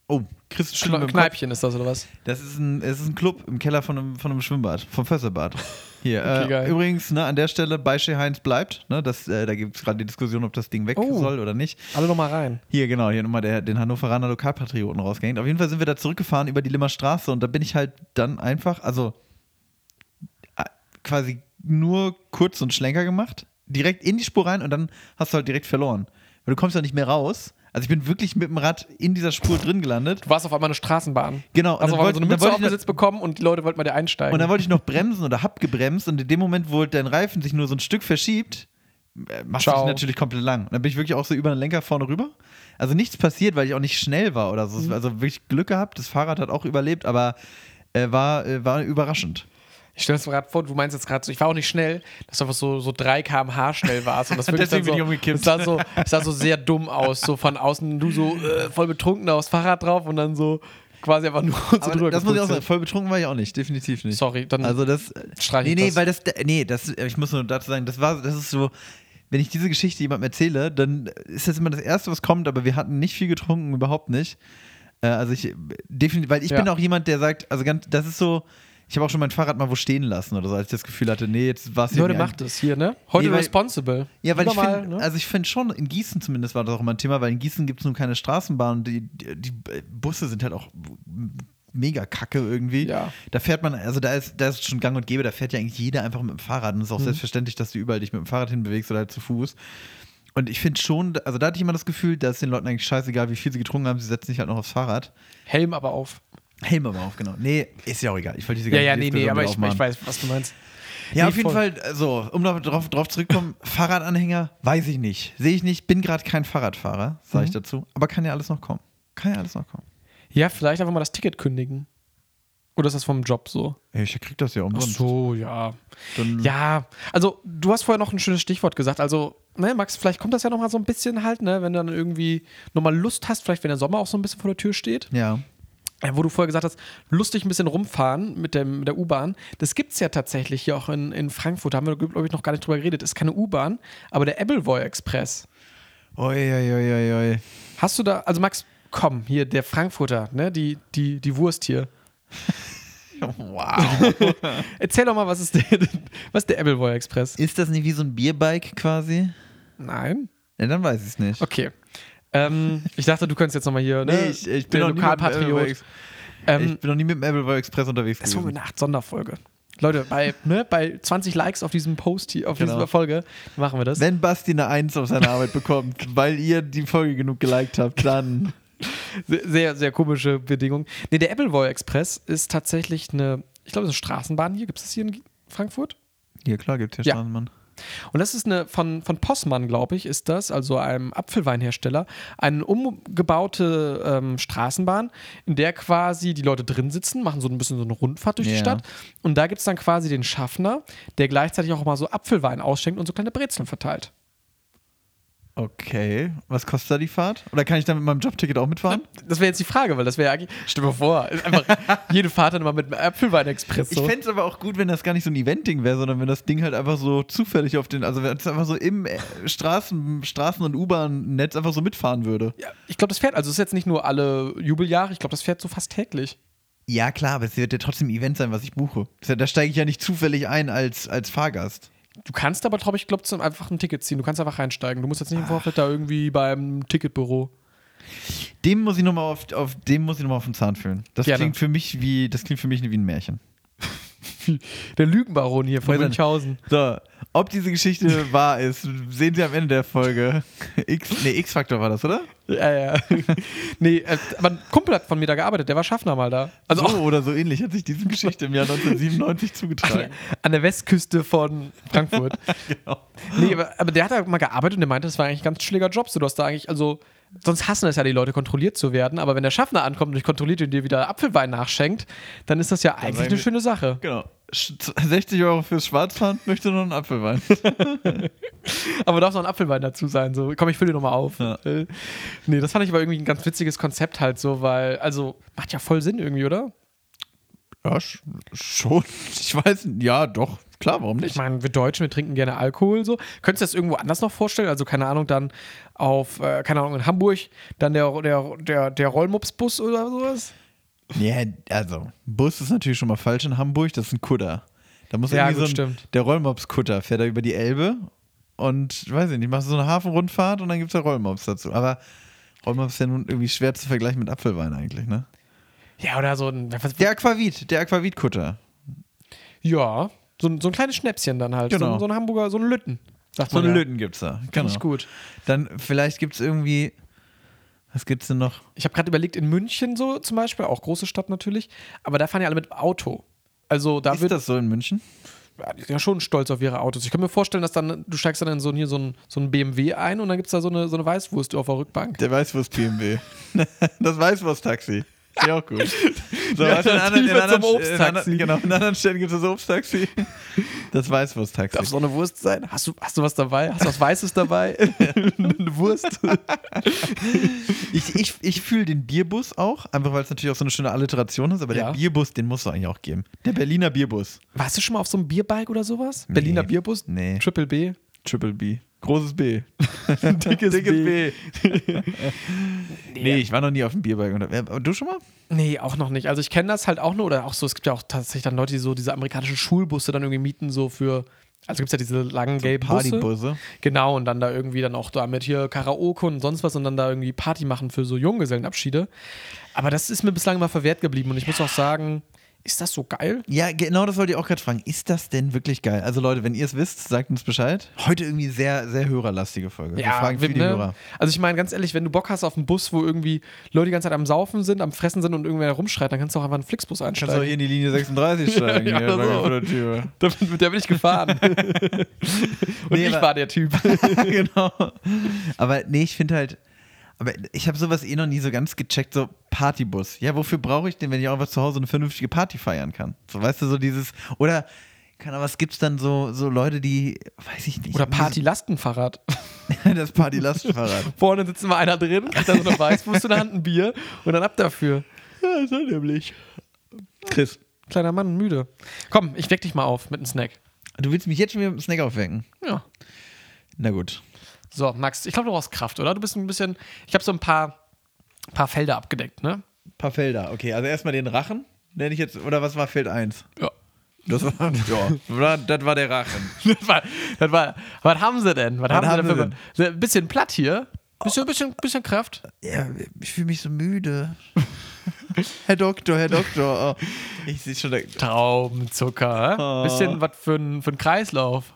S2: Oh, Chris schüttelt
S3: Kle
S2: mit dem Kopf.
S3: Kneipchen ist das oder was?
S2: Das ist ein, es ist ein Club im Keller von einem, von einem Schwimmbad, vom Fösserbad. Hier,
S3: *laughs* Okay,
S2: äh,
S3: geil.
S2: übrigens, ne, an der Stelle bei Shea Heinz bleibt. Ne, das, äh, da gibt es gerade die Diskussion, ob das Ding weg
S3: Oh.
S2: soll oder nicht.
S3: Alle nochmal rein.
S2: Hier, genau, hier nochmal der, den Hannoveraner Lokalpatrioten rausgehängt. Auf jeden Fall sind wir da zurückgefahren über die Limmer Straße und da bin ich halt dann einfach, also äh, quasi nur kurz und Schlenker gemacht, direkt in die Spur rein und dann hast du halt direkt verloren. Weil du kommst ja nicht mehr raus. Also ich bin wirklich mit dem Rad in dieser Spur drin gelandet.
S3: Du warst auf einmal eine Straßenbahn.
S2: Genau, und dann
S3: Also auf einmal
S2: wollte-
S3: so eine
S2: dann wollte
S3: Mütze
S2: ich-
S3: aufgesetzt bekommen und die Leute wollten mal dir einsteigen.
S2: Und dann wollte ich noch bremsen oder hab gebremst und in dem Moment, wo dein Reifen sich nur so ein Stück verschiebt, äh, machst du dich
S3: Ciao.
S2: natürlich komplett lang. Und dann bin ich wirklich auch so über den Lenker vorne rüber. Also nichts passiert, weil ich auch nicht schnell war oder so.
S3: Mhm.
S2: Es war Also wirklich Glück gehabt, das Fahrrad hat auch überlebt, aber äh, war, äh, war überraschend.
S3: ich stelle das mir gerade vor, du meinst jetzt gerade so, ich war auch nicht schnell, dass du einfach so, so 3 km/h schnell warst.
S2: *laughs*
S3: Und das wirklich
S2: Deswegen
S3: dann so,
S2: bin ich umgekippt.
S3: Es sah, so, es sah so sehr dumm aus, so von außen, du so äh, voll betrunken aufs Fahrrad drauf und dann so quasi einfach nur *laughs* so
S2: Aber das muss ich auch sagen,
S3: gepustet.
S2: voll betrunken war ich auch nicht, definitiv nicht.
S3: Sorry, dann
S2: Also das.
S3: streich
S2: Nee,
S3: ich
S2: nee,
S3: das.
S2: weil das. Nee, das, ich muss nur dazu sagen, das war, das ist so. Wenn ich diese Geschichte jemandem erzähle, dann ist das immer das Erste, was kommt, aber wir hatten nicht viel getrunken, überhaupt nicht. Äh, Also ich definitiv, weil ich
S3: Ja.
S2: bin auch jemand, der sagt, also ganz, das ist so, ich habe auch schon mein Fahrrad mal wo stehen lassen oder so, als ich das Gefühl hatte, nee, jetzt war es
S3: Leute, macht es hier, ne? Heute
S2: Nee, weil-
S3: responsible.
S2: ja, weil ich
S3: Überall,
S2: finde,
S3: ne?
S2: also ich finde schon, in Gießen zumindest war das auch immer ein Thema, weil in Gießen gibt es nun keine Straßenbahn, die, die, die Busse sind halt auch mega kacke irgendwie.
S3: Ja.
S2: Da fährt man, also da ist, da ist schon gang und gäbe, da fährt ja eigentlich jeder einfach mit dem Fahrrad und es ist auch
S3: Mhm.
S2: selbstverständlich, dass du überall dich mit dem Fahrrad hinbewegst oder halt zu Fuß. Und ich finde schon, also da hatte ich immer das Gefühl, dass den Leuten eigentlich scheißegal, wie viel sie getrunken haben, sie setzen sich halt noch aufs Fahrrad.
S3: Helm aber auf.
S2: Helm aber auf, genau. Nee, ist ja auch egal. Ich wollte diese
S3: Ja,
S2: ganze
S3: ja, nee, nee,
S2: Diskussion
S3: aber
S2: wieder
S3: ich,
S2: aufmachen.
S3: ich weiß, was du meinst.
S2: Ja,
S3: Nee,
S2: auf jeden
S3: voll.
S2: Fall, so, um darauf drauf *laughs* zurückzukommen, Fahrradanhänger, weiß ich nicht. Sehe ich nicht, bin gerade kein Fahrradfahrer, sage ich dazu. Aber kann ja alles noch kommen. Kann ja alles noch kommen.
S3: Ja, vielleicht einfach mal das Ticket kündigen. Oder ist das vom Job so?
S2: Ey, Ich krieg das ja
S3: Ach
S2: umsonst.
S3: so, ja.
S2: Dann-
S3: Ja, also du hast vorher noch ein schönes Stichwort gesagt. Also, ne, Max, vielleicht kommt das ja nochmal so ein bisschen halt, ne, wenn du dann irgendwie nochmal Lust hast, vielleicht wenn der Sommer auch so ein bisschen vor der Tür steht.
S2: Ja.
S3: Ja, wo du vorher gesagt hast, lustig ein bisschen rumfahren mit, dem, mit der U-Bahn. Das gibt es ja tatsächlich hier auch in, in Frankfurt. Da haben wir, glaube ich, noch gar nicht drüber geredet. Ist keine U-Bahn, aber der Ebbelwoy Express.
S2: Oi, oi, oi, oi, oi.
S3: Hast du da, also Max, komm, hier der Frankfurter, ne, die, die, die Wurst hier.
S2: Wow.
S3: Erzähl doch mal, was ist der, *laughs* was ist der Ebbelwoy
S2: *laughs*
S3: Express?
S2: Ist das nicht wie so ein Bierbike quasi?
S3: Nein.
S2: Ja, dann weiß ich es nicht.
S3: Okay. ähm, ich dachte, du könntest jetzt nochmal hier, ne?
S2: Nee, ich- ich bin
S3: der
S2: noch nie beim Ebbelwoy
S3: Lokalpatriot.
S2: Ex-
S3: Ähm,
S2: Ich bin noch nie mit dem Appleboy Express unterwegs
S3: das war
S2: gewesen.
S3: eine Nacht Sonderfolge. Leute, bei, ne, bei 20 Likes auf diesem Post hier, auf
S2: Genau.
S3: dieser Folge machen wir das.
S2: Wenn Basti eine Eins auf seine Arbeit bekommt, weil ihr die Folge genug geliked habt, dann.
S3: Sehr- sehr, sehr komische Bedingungen. Nee, der Appleboy Express ist tatsächlich eine, ich glaube, es ist eine Straßenbahn hier. Gibt es das hier in Frankfurt?
S2: *laughs* Ja, klar, gibt ja
S3: Ja.
S2: Straßenmann.
S3: Und das ist eine, von, von Possmann, glaube ich, ist das, also einem Apfelweinhersteller, eine umgebaute ähm, Straßenbahn, in der quasi die Leute drin sitzen, machen so ein bisschen so eine Rundfahrt durch
S2: Ja.
S3: die Stadt. Und da gibt es dann quasi den Schaffner, der gleichzeitig auch mal so Apfelwein ausschenkt und so kleine Brezeln verteilt.
S2: Okay. Was kostet da die Fahrt? Oder kann ich da mit meinem Jobticket auch mitfahren?
S3: Das wäre jetzt die Frage, weil das wäre ja eigentlich, stell dir mal vor, ist
S2: *laughs*
S3: einfach jede Fahrt dann mal mit einem Apfelweinexpress.
S2: Ich
S3: So.
S2: fände es aber auch gut, wenn das gar nicht so ein Event-Ding wäre, sondern wenn das Ding halt einfach so zufällig auf den, also wenn es einfach so im äh, Straßen, Straßen- und U-Bahn-Netz einfach so mitfahren würde.
S3: Ja, ich glaube, das fährt, also es ist jetzt nicht nur alle Jubeljahre, ich glaube, das fährt so fast täglich.
S2: Ja, klar, aber es wird ja trotzdem ein Event sein, was ich buche. Das ist ja- Da steige ich ja nicht zufällig ein als, als Fahrgast.
S3: Du kannst aber, glaube ich, glaub, zum einfach ein Ticket ziehen. Du kannst einfach reinsteigen. Du musst jetzt nicht im Vorfeld da irgendwie beim Ticketbüro. *laughs*
S2: Dem muss ich nochmal auf, auf, dem muss ich noch mal auf den Zahn fühlen. Das
S3: Gerne.
S2: klingt für mich wie, das klingt für mich wie ein Märchen.
S3: wie der Lügenbaron hier von
S2: Weiß er nicht.
S3: Münchhausen.
S2: So, ob diese Geschichte *laughs* wahr ist, sehen Sie am Ende der Folge. X, nee, X-Faktor war das, oder?
S3: Ja, ja. *laughs* nee, äh, aber ein Kumpel hat von mir da gearbeitet, der war Schaffner mal da. Also
S2: so
S3: auch
S2: oder so ähnlich hat sich *laughs* diese Geschichte im Jahr 1997 zugetragen.
S3: an der Westküste von Frankfurt. *laughs* genau. Nee, aber, aber der hat da mal gearbeitet und der meinte, das war eigentlich ein ganz schläger Job. So, du hast da eigentlich, also, sonst hassen das ja die Leute, kontrolliert zu werden. Aber wenn der Schaffner ankommt und dich kontrolliert und dir wieder Apfelwein nachschenkt, dann ist das ja eigentlich
S2: sagen
S3: eine
S2: wir-
S3: schöne Sache.
S2: Genau. Sch- 60 Euro fürs Schwarzfahren, möchte noch einen Apfelwein.
S3: Aber darf noch ein Apfelwein dazu sein. So, komm, ich fülle dir nochmal auf.
S2: Ja.
S3: Äh, nee, das fand ich aber irgendwie ein ganz witziges Konzept halt so, weil, also, macht ja voll Sinn irgendwie, oder?
S2: *laughs* Ja, sch- schon. Ich weiß, nicht. ja, doch. Klar, warum
S3: Ich
S2: nicht?
S3: meine, wir Deutschen, wir trinken gerne Alkohol so. Könntest du das irgendwo anders noch vorstellen? Also, keine Ahnung, dann auf, äh, keine Ahnung, in Hamburg, dann der, der, der, der Rollmupsbus oder sowas?
S2: Ja, also, Bus ist natürlich schon mal falsch in Hamburg, das ist ein Kutter. Da muss
S3: Ja,
S2: irgendwie
S3: gut,
S2: so ein,
S3: stimmt.
S2: der Rollmops-Kutter fährt da über die Elbe und weiß ich nicht, machst du so eine Hafenrundfahrt und dann gibt es da Rollmops dazu. Aber Rollmops ist ja nun irgendwie schwer zu vergleichen mit Apfelwein eigentlich, ne?
S3: Ja, oder so ein, was,
S2: Der Aquavit, der Aquavit-Kutter.
S3: ja, so ein, so ein kleines Schnäpschen dann halt. So,
S2: Genau.
S3: ein- so ein Hamburger, so ein Lütten. Sagt
S2: So
S3: man
S2: einen
S3: ja.
S2: Löten gibt's da. Genau.
S3: Finde ich gut.
S2: Dann vielleicht gibt's irgendwie. Was gibt's denn noch?
S3: Ich habe gerade überlegt, in München so zum Beispiel, auch große Stadt natürlich, aber da fahren ja alle mit Auto. Also da
S2: ist
S3: wird
S2: das so in München?
S3: ja, die sind ja schon stolz auf ihre Autos. Ich kann mir vorstellen, dass dann, du steigst dann in so ein, hier so ein, so ein BMW ein und dann gibt es da so eine, so eine Weißwurst auf der Rückbank.
S2: Der weiß, wo's *laughs* BMW. das weiß, wo's Taxi. Ja, auch gut. So,
S3: Ja,
S2: also in
S3: das
S2: anderen, in
S3: wird zum
S2: anderen, in
S3: Obsttaxi.
S2: anderen, genau, in anderen Städten gibt's das Obsttaxi. Das weiß, wo's Taxi.
S3: Darf so eine Wurst sein? Hast du, hast du was dabei? Hast du was Weißes *laughs* dabei? eine Wurst?
S2: Ich, ich, ich fühle den Bierbus auch, einfach weil es natürlich auch so eine schöne Alliteration ist, aber
S3: Ja.
S2: der Bierbus, den muss es eigentlich auch geben. Der Berliner Bierbus.
S3: Warst du schon mal auf so einem Bierbike oder sowas? Berliner Bierbus?
S2: Nee.
S3: Triple B?
S2: Triple B. Großes *laughs* B.
S3: Dickes,
S2: *laughs* Nee, ich war noch nie auf dem Bierbike. unter- Äh, Du schon mal?
S3: Nee, auch noch nicht. Also ich kenne das halt auch nur, oder auch so, es gibt ja auch tatsächlich dann Leute, die so diese amerikanischen Schulbusse dann irgendwie mieten, so für, also gibt es ja diese langen gelben Busse.
S2: Partybusse.
S3: Genau, und dann da irgendwie dann auch damit hier Karaoke und sonst was und dann da irgendwie Party machen für so Junggesellenabschiede. Aber das ist mir bislang immer verwehrt geblieben und ich muss auch sagen, ist das so geil?
S2: Ja, genau das wollte ich auch gerade fragen. Ist das denn wirklich geil? Also Leute, wenn ihr es wisst, sagt uns Bescheid. Heute irgendwie sehr, sehr hörerlastige Folge. Wir fragen
S3: wir-
S2: viele
S3: ne?
S2: Hörer.
S3: Also ich meine, ganz ehrlich, wenn du Bock hast auf einen Bus, wo irgendwie Leute die ganze Zeit am Saufen sind, am Fressen sind und irgendwer da rumschreit, dann kannst du auch einfach einen Flixbus
S2: Kannst du auch
S3: einsteigen.
S2: hier in die Linie 36 steigen.
S3: Ja,
S2: hier,
S3: oder
S2: lange
S3: so.
S2: vor der Tür.
S3: *laughs* Da bin, da bin
S2: *laughs*
S3: ich gefahren. und
S2: Nee,
S3: ich
S2: aber-
S3: war der Typ.
S2: *laughs* genau. Aber nee, ich finde halt, aber ich habe sowas eh noch nie so ganz gecheckt, so Partybus. Ja, wofür brauche ich den, wenn ich auch einfach zu Hause eine vernünftige Party feiern kann? So, weißt du, so dieses, oder, keine Ahnung, was gibt's dann so, so Leute, die, weiß ich nicht. *laughs*
S3: Oder Party-Lastenfahrrad.
S2: Das
S3: *laughs*
S2: Party-Lastenfahrrad.
S3: Vorne sitzt immer einer drin, kriegt dann so eine Weißwurst in der Hand, ein Bier und dann ab dafür.
S2: ja, so nämlich. Chris,
S3: Kleiner Mann, müde. Komm, ich weck dich mal auf mit einem Snack.
S2: du willst mich jetzt schon wieder mit dem Snack aufwecken?
S3: Ja.
S2: Na gut.
S3: So, Max, ich glaube, du brauchst Kraft, oder? Du bist ein bisschen. Ich habe so ein paar, paar Felder abgedeckt, ne?
S2: Paar Felder. Okay, also erstmal den Rachen. Nenne ich jetzt, oder was war Feld 1?
S3: Ja. *laughs*
S2: Das *laughs* war, ja, das war der Rachen.
S3: Das war, das war, was haben sie denn? Was, haben,
S2: haben
S3: sie
S2: sie
S3: denn? Für, ein bisschen platt hier. Bisschen, bisschen, bisschen Kraft.
S2: Ja, ich fühle mich so müde. *laughs* Herr Doktor, Herr Doktor. Oh, ich sehe schon der
S3: Traubenzucker. hä?
S2: Oh.
S3: Bisschen was für einen für ein Kreislauf.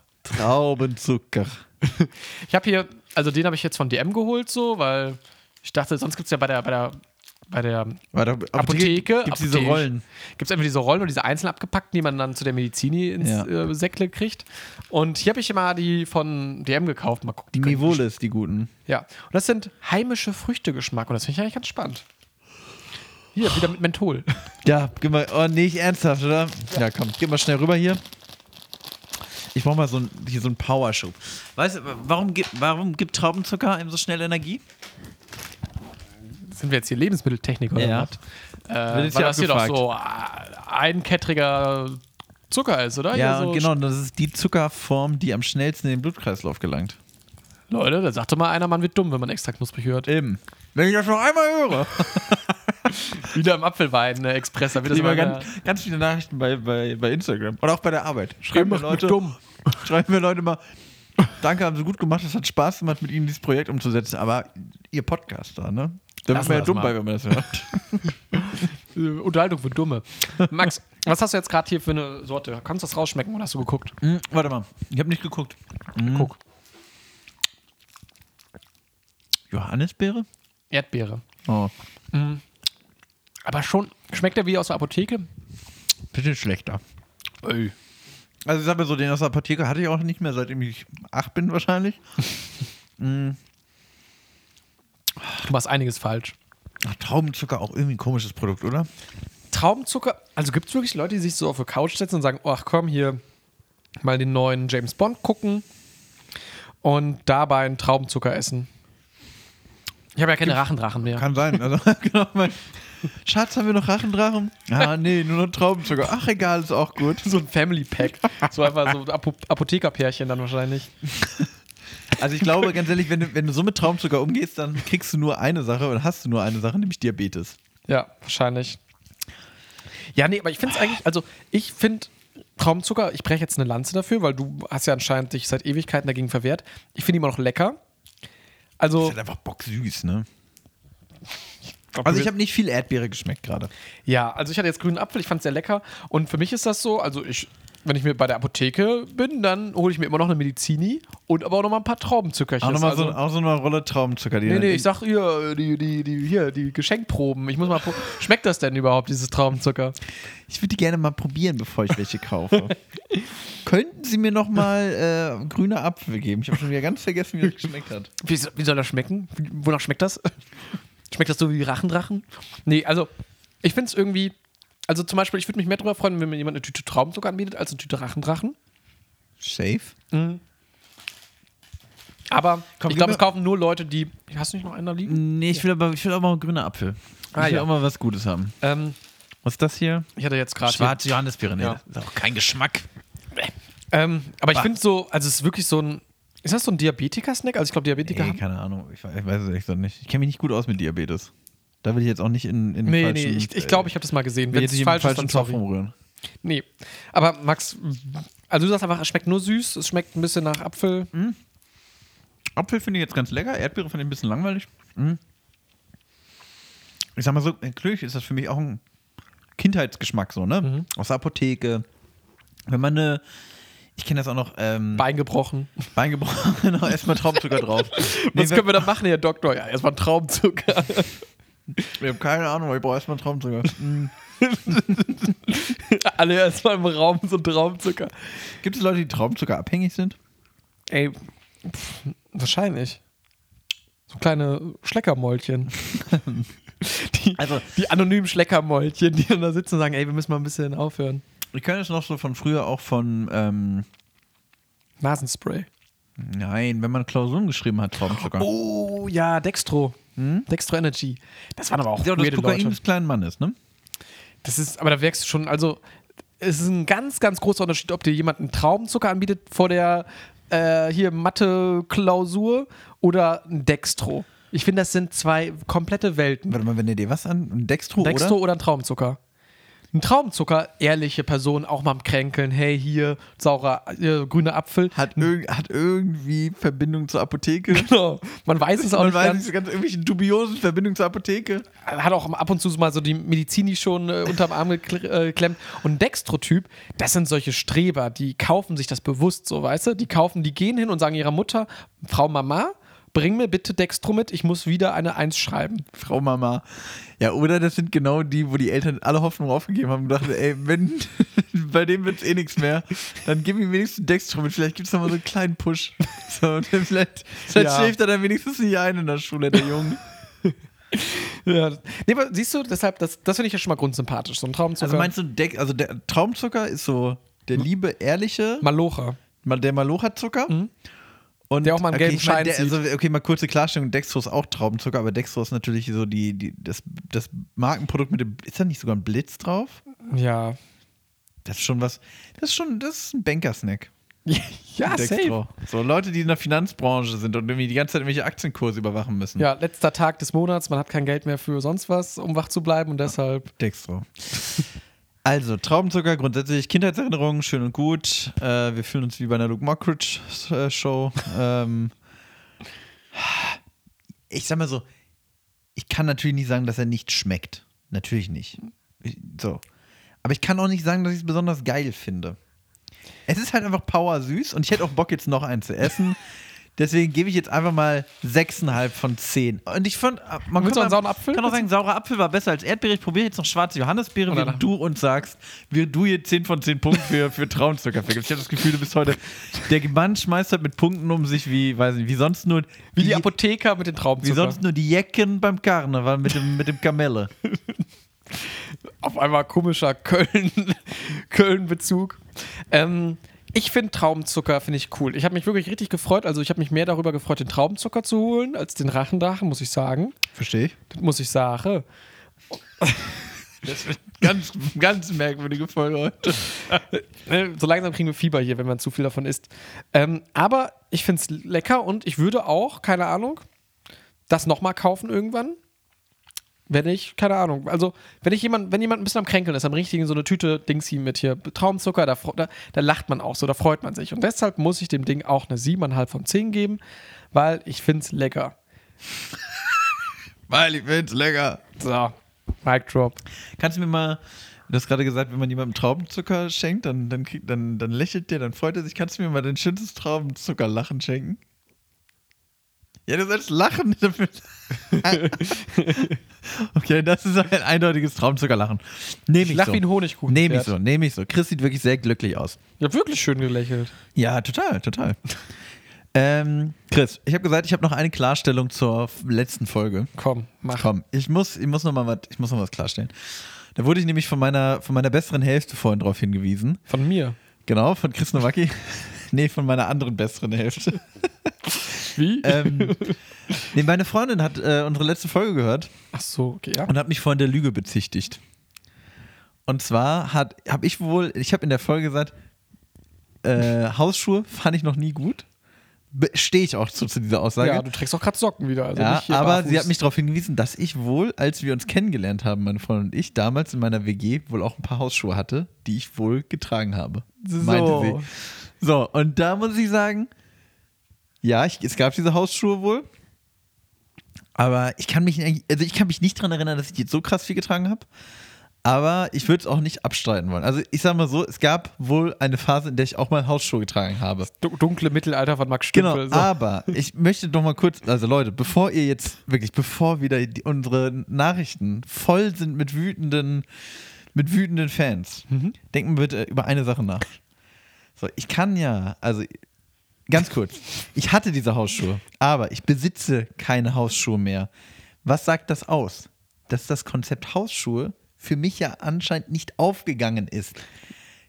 S2: Traubenzucker.
S3: Ich habe hier, also den habe ich jetzt von DM geholt, so, weil ich dachte, sonst gibt es ja bei der, bei der, bei der
S2: Warte,
S3: Apotheke.
S2: Gibt diese
S3: Apotheke.
S2: Rollen.
S3: Gibt's einfach diese Rollen und diese einzeln abgepackten, die man dann zu der Medizini ins
S2: Ja.
S3: äh, Säckle kriegt. Und hier habe ich immer die von DM gekauft. Mal gucken.
S2: Die
S3: können-
S2: Niveaules, die guten.
S3: Ja. Und das sind heimische Früchtegeschmack. Und das finde ich eigentlich ganz spannend. Hier, wieder mit Menthol. *laughs*
S2: Ja, gib mal. Oh, nicht ernsthaft, oder? Ja, komm, gib mal schnell rüber hier. Ich brauche mal so einen hier so einen Powerschub.
S4: Weißt du, warum gibt, warum gibt Traubenzucker einem so schnell Energie?
S3: Sind wir jetzt hier Lebensmitteltechnik oder
S2: Ja.
S3: was?
S2: Wird
S3: Äh,
S2: jetzt
S3: weil
S2: hier
S3: das hier doch
S2: abgefragt.
S3: so äh, einkettriger Zucker ist, oder?
S2: Ja,
S3: Hier so
S2: und genau, das ist die Zuckerform, die am schnellsten in den Blutkreislauf gelangt.
S3: Leute, da sagt doch mal einer, man wird dumm, wenn man extra knusprig hört.
S2: Eben. Wenn ich das noch einmal höre.
S3: Wieder im Apfelwein-Express, da wird das
S2: Lieber
S3: immer
S2: ganz, ganz viele Nachrichten bei, bei, bei Instagram. Oder auch bei der Arbeit. Schreiben mir
S3: macht mich
S2: Leute,
S3: dumm.
S2: *laughs* schreiben mir Leute mal, danke, haben sie gut gemacht, es hat Spaß gemacht, mit ihnen dieses Projekt umzusetzen. Aber ihr Podcast da, ne? Da wird man
S3: Lassen wir
S2: ja
S3: das
S2: dumm
S3: mal.
S2: bei, wenn man das hört.
S3: äh, Unterhaltung für Dumme. Max, was hast du jetzt gerade hier für eine Sorte? Kannst du das rausschmecken oder hast du geguckt?
S4: Hm, warte mal, ich habe nicht geguckt.
S2: Hm.
S3: Guck.
S4: Johannisbeere?
S3: Erdbeere.
S4: Oh,
S3: Aber schon, schmeckt er wie aus der Apotheke?
S4: bisschen schlechter.
S3: Ey.
S2: Also ich sag mal so, den aus der Apotheke hatte ich auch nicht mehr, seitdem ich acht bin wahrscheinlich.
S3: Du machst einiges falsch.
S2: Ach, Traubenzucker auch irgendwie ein komisches Produkt, oder?
S3: Traubenzucker, also gibt es wirklich Leute, die sich so auf eine Couch setzen und sagen, ach komm, hier mal den neuen James Bond gucken und dabei einen Traubenzucker essen. Ich habe ja keine Rachendrachen mehr.
S2: Kann sein. Also, *laughs* genau, mein Schatz, haben wir noch Rachendrachen? Ah, nee, nur noch Traubenzucker. Ach, egal, ist auch gut.
S3: *laughs* so ein Family Pack. So einfach so ein Apo Apothekerpärchen dann wahrscheinlich.
S2: Also ich glaube, ganz ehrlich, wenn du, wenn du so mit Traumzucker umgehst, dann kriegst du nur eine Sache oder hast du nur eine Sache, nämlich Diabetes.
S3: Ja, wahrscheinlich. Ja, nee, aber ich finde es eigentlich, also ich finde Traubenzucker, ich breche jetzt eine Lanze dafür, weil du hast ja anscheinend dich seit Ewigkeiten dagegen verwehrt. Ich finde ihn immer noch lecker. Also,
S2: Ist halt einfach bocksüß, ne? Also ich habe nicht viel Erdbeere geschmeckt gerade.
S3: Ja, also ich hatte jetzt grünen Apfel, ich fand es sehr lecker. Und für mich ist das so, also ich, wenn ich mir bei der Apotheke bin, dann hole ich mir immer noch eine Medizini und aber auch nochmal ein paar Traubenzuckerchen.
S2: Auch nochmal so,
S3: also,
S2: auch so eine Rolle Traubenzucker. Die
S3: nee,
S2: dann
S3: nee,
S2: in-
S3: ich sag hier, die, die, die, hier, die Geschenkproben. Ich muss mal proben. Schmeckt das denn überhaupt, dieses Traubenzucker?
S2: ich würde die gerne mal probieren, bevor ich welche
S3: *laughs*
S2: kaufe. Könnten Sie mir noch mal äh, grüne Apfel geben? Ich habe schon wieder ganz vergessen, wie das geschmeckt hat.
S3: Wie, so- wie soll das schmecken? Wie- Wonach schmeckt das? *laughs* Schmeckt das so wie Rachendrachen? Nee, also ich finde es irgendwie. Also zum Beispiel, ich würde mich mehr darüber freuen, wenn mir jemand eine Tüte Traubenzucker anbietet, als eine Tüte Rachendrachen.
S2: Safe?
S3: Aber ich glaube,
S2: gib Mm.
S3: es kaufen nur Leute, die. Hast du nicht noch einer liegen?
S4: Nee, ich will aber ich will auch mal einen grünen Apfel.
S3: Ah,
S4: ich will
S3: ja.
S4: auch mal was Gutes haben.
S3: Ähm,
S4: Was ist das hier?
S3: ich hatte jetzt gerade.
S4: Schwarze Johannisbeere, nee,
S3: Ja.
S4: das ist auch kein Geschmack.
S3: Ähm, aber ich finde so, also es ist wirklich so ein. Ist das so ein Diabetiker-Snack? Also ich glaube, Diabetiker
S2: Ey,
S3: haben.
S2: keine Ahnung, ich, we- ich weiß es echt so nicht. Ich kenne mich nicht gut aus mit Diabetes. Da will ich jetzt auch nicht in, in den
S3: Nee, nee,
S2: falschen...
S3: ich glaube, ich, glaub, ich habe das mal gesehen.
S2: will
S3: Wenn
S2: jetzt
S3: es
S2: nicht
S3: falsch
S2: im
S3: ist,
S2: falschen
S3: dann
S2: Topf
S3: sorry.
S2: rumrühren.
S3: Nee. Aber Max, also du sagst einfach, es schmeckt nur süß, es schmeckt ein bisschen nach Apfel.
S2: Mhm. Apfel finde ich jetzt ganz lecker, Erdbeere finde ich ein bisschen langweilig. Mhm. Ich sag mal so, natürlich ist das für mich auch ein Kindheitsgeschmack so, ne?
S3: Mhm.
S2: Aus der Apotheke. Wenn man eine, ich kenne das auch noch, ähm,
S3: Bein gebrochen.
S2: Bein gebrochen, genau, erstmal Traubenzucker drauf. Nee,
S3: *laughs* Was
S2: wenn-
S3: können wir da machen, Herr Doktor? Ja, erstmal einen Traumzucker. *laughs*
S2: ich habe keine Ahnung, aber ich brauche erstmal Traubenzucker.
S3: Alle erstmal im Raum so einen Traumzucker.
S2: Gibt es Leute, die Traubenzucker abhängig sind?
S3: Ey, pff, wahrscheinlich. So kleine Schleckermäulchen. *laughs* die,
S2: Also-
S3: die anonymen Schleckermäulchen, die dann da sitzen und sagen, ey, wir müssen mal ein bisschen aufhören.
S2: Ich kenne es noch so von früher auch von, ähm,
S3: Nasenspray.
S2: nein, wenn man Klausuren geschrieben hat, Traubenzucker.
S3: Oh ja, Dextro. Dextro Energy. Das waren aber auch
S2: ja, das
S3: weirde
S2: Kokain
S3: Leute.
S2: des kleinen Mannes, ne?
S3: Das ist, aber da wirkst du schon, also es ist ein ganz, ganz großer Unterschied, ob dir jemand einen Traubenzucker anbietet vor der äh, hier Mathe-Klausur oder ein Dextro. Ich finde, das sind zwei komplette Welten.
S2: Warte mal, wenn ihr dir was an, ein Dextro,
S3: Dextro
S2: oder?
S3: oder, ein Traumzucker. Ein Traumzucker, ehrliche Person, auch mal am Kränkeln, hey, hier, saurer, äh, grüner Apfel.
S2: Hat, irg hat irgendwie Verbindung zur Apotheke.
S3: *laughs* Genau. Man weiß es auch
S2: Man
S3: nicht
S2: weiß
S3: ganz.
S2: nicht, ganz irgendwelche dubiosen Verbindung zur Apotheke.
S3: hat auch ab und zu mal so die Medizini schon äh, unterm Arm gekle- äh, geklemmt. Und ein Dextro-Typ, das sind solche Streber, die kaufen sich das bewusst so, weißt du? Die kaufen, die gehen hin und sagen ihrer Mutter, Frau Mama, bring mir bitte Dextro mit, ich muss wieder eine Eins schreiben.
S2: Frau Mama. Ja, oder das sind genau die, wo die Eltern alle Hoffnung aufgegeben haben und dachten, ey, wenn, *laughs* bei dem wird's eh nichts mehr, dann gib ihm wenigstens Dextro mit. Vielleicht gibt's noch mal so einen kleinen Push. *laughs* So, und dann vielleicht vielleicht
S3: Ja.
S2: schläft er dann wenigstens nicht ein in der Schule, der
S3: *laughs*
S2: Junge.
S3: Ja. Nee, aber siehst du, deshalb, das, das finde ich ja schon mal grundsympathisch, so ein Traumzucker.
S2: Also meinst du, Dex also der Traumzucker ist so
S3: Hm.
S2: der liebe, ehrliche,
S3: Malocha.
S2: mal- der Malocha-Zucker? Und
S3: Mhm. Der auch mal einen gelben
S2: ich mein,
S3: Schein
S2: der,
S3: zieht.
S2: also, Okay, mal kurze Klarstellung. Dextro ist auch Traubenzucker, aber Dextro ist natürlich so die, die, das, das Markenprodukt mit dem. Ist da nicht sogar ein Blitz drauf?
S3: Ja.
S2: Das ist schon was. Das ist schon, das ist ein Bankersnack.
S3: *laughs* ja, Ah, safe.
S2: Dextro. So Leute, die in der Finanzbranche sind und irgendwie die ganze Zeit irgendwelche Aktienkurse überwachen müssen.
S3: Ja, letzter Tag des Monats, man hat kein Geld mehr für sonst was, um wach zu bleiben und deshalb.
S2: Dextro. Also, Traubenzucker, grundsätzlich Kindheitserinnerungen, schön und gut. Äh, wir fühlen uns wie bei einer Luke Mockridge-Show. ähm, ich sag mal so, ich kann natürlich nicht sagen, dass er nicht schmeckt. Natürlich nicht. Ich- So. Aber ich kann auch nicht sagen, dass ich es besonders geil finde. Es ist halt einfach power süß und ich hätte auch Bock, jetzt noch einen zu essen. Deswegen gebe ich jetzt einfach mal 6,5 von 10. Und ich fand, äh, man
S3: Willst du
S2: kann,
S3: einen sauren
S2: mal,
S3: Apfel?
S4: kann auch sagen, saurer Apfel war besser als Erdbeere. Ich probiere jetzt noch schwarze Johannisbeere,
S3: Oder
S4: während
S3: nach-
S4: du
S2: du uns sagst, wir du hier 10 von 10 Punkten für, für Traumzucker vergibst. Ich habe das Gefühl, du bist heute. Der Mann schmeißt halt mit Punkten um sich wie, weiß nicht, wie sonst nur.
S3: Wie die Apotheker mit den Trauben.
S2: wie sonst nur die Jecken beim Karneval mit dem, mit dem Kamelle.
S3: auf einmal komischer Köln, *laughs* Köln-Bezug. Ähm, ich finde Traubenzucker finde ich cool. Ich habe mich wirklich richtig gefreut. Also ich habe mich mehr darüber gefreut, den Traubenzucker zu holen, als den Rachendrachen, muss ich sagen.
S2: Verstehe ich.
S3: Das muss ich sagen.
S4: ganz, ganz merkwürdige Folge heute.
S3: *laughs* Ne, So langsam kriegen wir Fieber hier, wenn man zu viel davon isst. Ähm, aber ich finde es lecker und ich würde auch, keine Ahnung, das nochmal kaufen irgendwann. Wenn ich, keine Ahnung, also wenn ich jemand, wenn jemand ein bisschen am Kränkeln ist, am richtigen so eine Tüte Dings hier mit hier, Traumzucker, da, fro- da, da lacht man auch so, da freut man sich. Und deshalb muss ich dem Ding auch eine 7,5 von 10 geben, weil ich finde es lecker.
S2: Weil ich find's lecker.
S3: So, Mic Drop.
S2: Kannst du mir mal, du hast gerade gesagt, wenn man jemandem Traubenzucker schenkt, dann, dann, kriegt, dann, dann lächelt der, dann freut er sich. Kannst du mir mal dein schönstes Traubenzuckerlachen schenken? Ja, du sollst lachen. *laughs* okay, das ist ein eindeutiges Traubenzuckerlachen. Nehme ich,
S3: Ich lach
S2: so.
S3: wie ein Honigkuchen.
S2: Nehme ich so, nehme ich so. Chris sieht wirklich sehr glücklich aus.
S3: Ich habe wirklich schön gelächelt.
S2: Ja, total, total. ähm, Chris, ich habe gesagt, ich habe noch eine Klarstellung zur f- letzten Folge.
S3: Komm, mach.
S2: Komm, ich muss, ich muss noch mal was, ich muss noch was klarstellen. Da wurde ich nämlich von meiner, von meiner besseren Hälfte vorhin darauf hingewiesen.
S3: Von mir.
S2: Genau, von Chris
S3: *laughs*
S2: Nowacki. nee, von meiner anderen besseren Hälfte.
S3: Wie? *laughs*
S2: ähm, nee, meine Freundin hat äh, unsere letzte Folge gehört
S3: Ach so, okay, ja.
S2: und hat mich vorhin der Lüge bezichtigt. Und zwar hat, habe ich wohl, ich habe in der Folge gesagt, äh, Hausschuhe fand ich noch nie gut. Stehe ich auch zu, zu dieser Aussage.
S3: Ja, du trägst auch gerade Socken wieder. Also
S2: Ja,
S3: nicht hier
S2: aber
S3: barfuß.
S2: sie hat mich darauf hingewiesen, dass ich wohl, als wir uns kennengelernt haben, meine Freundin und ich, damals in meiner WG wohl auch ein paar Hausschuhe hatte, die ich wohl getragen habe.
S3: So.
S2: Meinte sie. So, und da muss ich sagen, ja, ich, es gab diese Hausschuhe wohl. Aber ich kann mich eigentlich- also ich kann mich nicht daran erinnern, dass ich die jetzt so krass viel getragen habe. Aber ich würde es auch nicht abstreiten wollen. Also ich sag mal so, es gab wohl eine Phase, in der ich auch mal Hausschuhe getragen habe.
S3: Du- Dunkle Mittelalter von Max
S2: Genau,
S3: Stümpel. so.
S2: aber ich möchte noch mal kurz, also Leute, bevor ihr jetzt wirklich, bevor wieder die, unsere Nachrichten voll sind mit wütenden, mit wütenden Fans, denken wir bitte über eine Sache nach. So, ich kann ja, also ganz kurz, ich hatte diese Hausschuhe, aber ich besitze keine Hausschuhe mehr. Was sagt das aus? Dass das Konzept Hausschuhe für mich ja anscheinend nicht aufgegangen ist.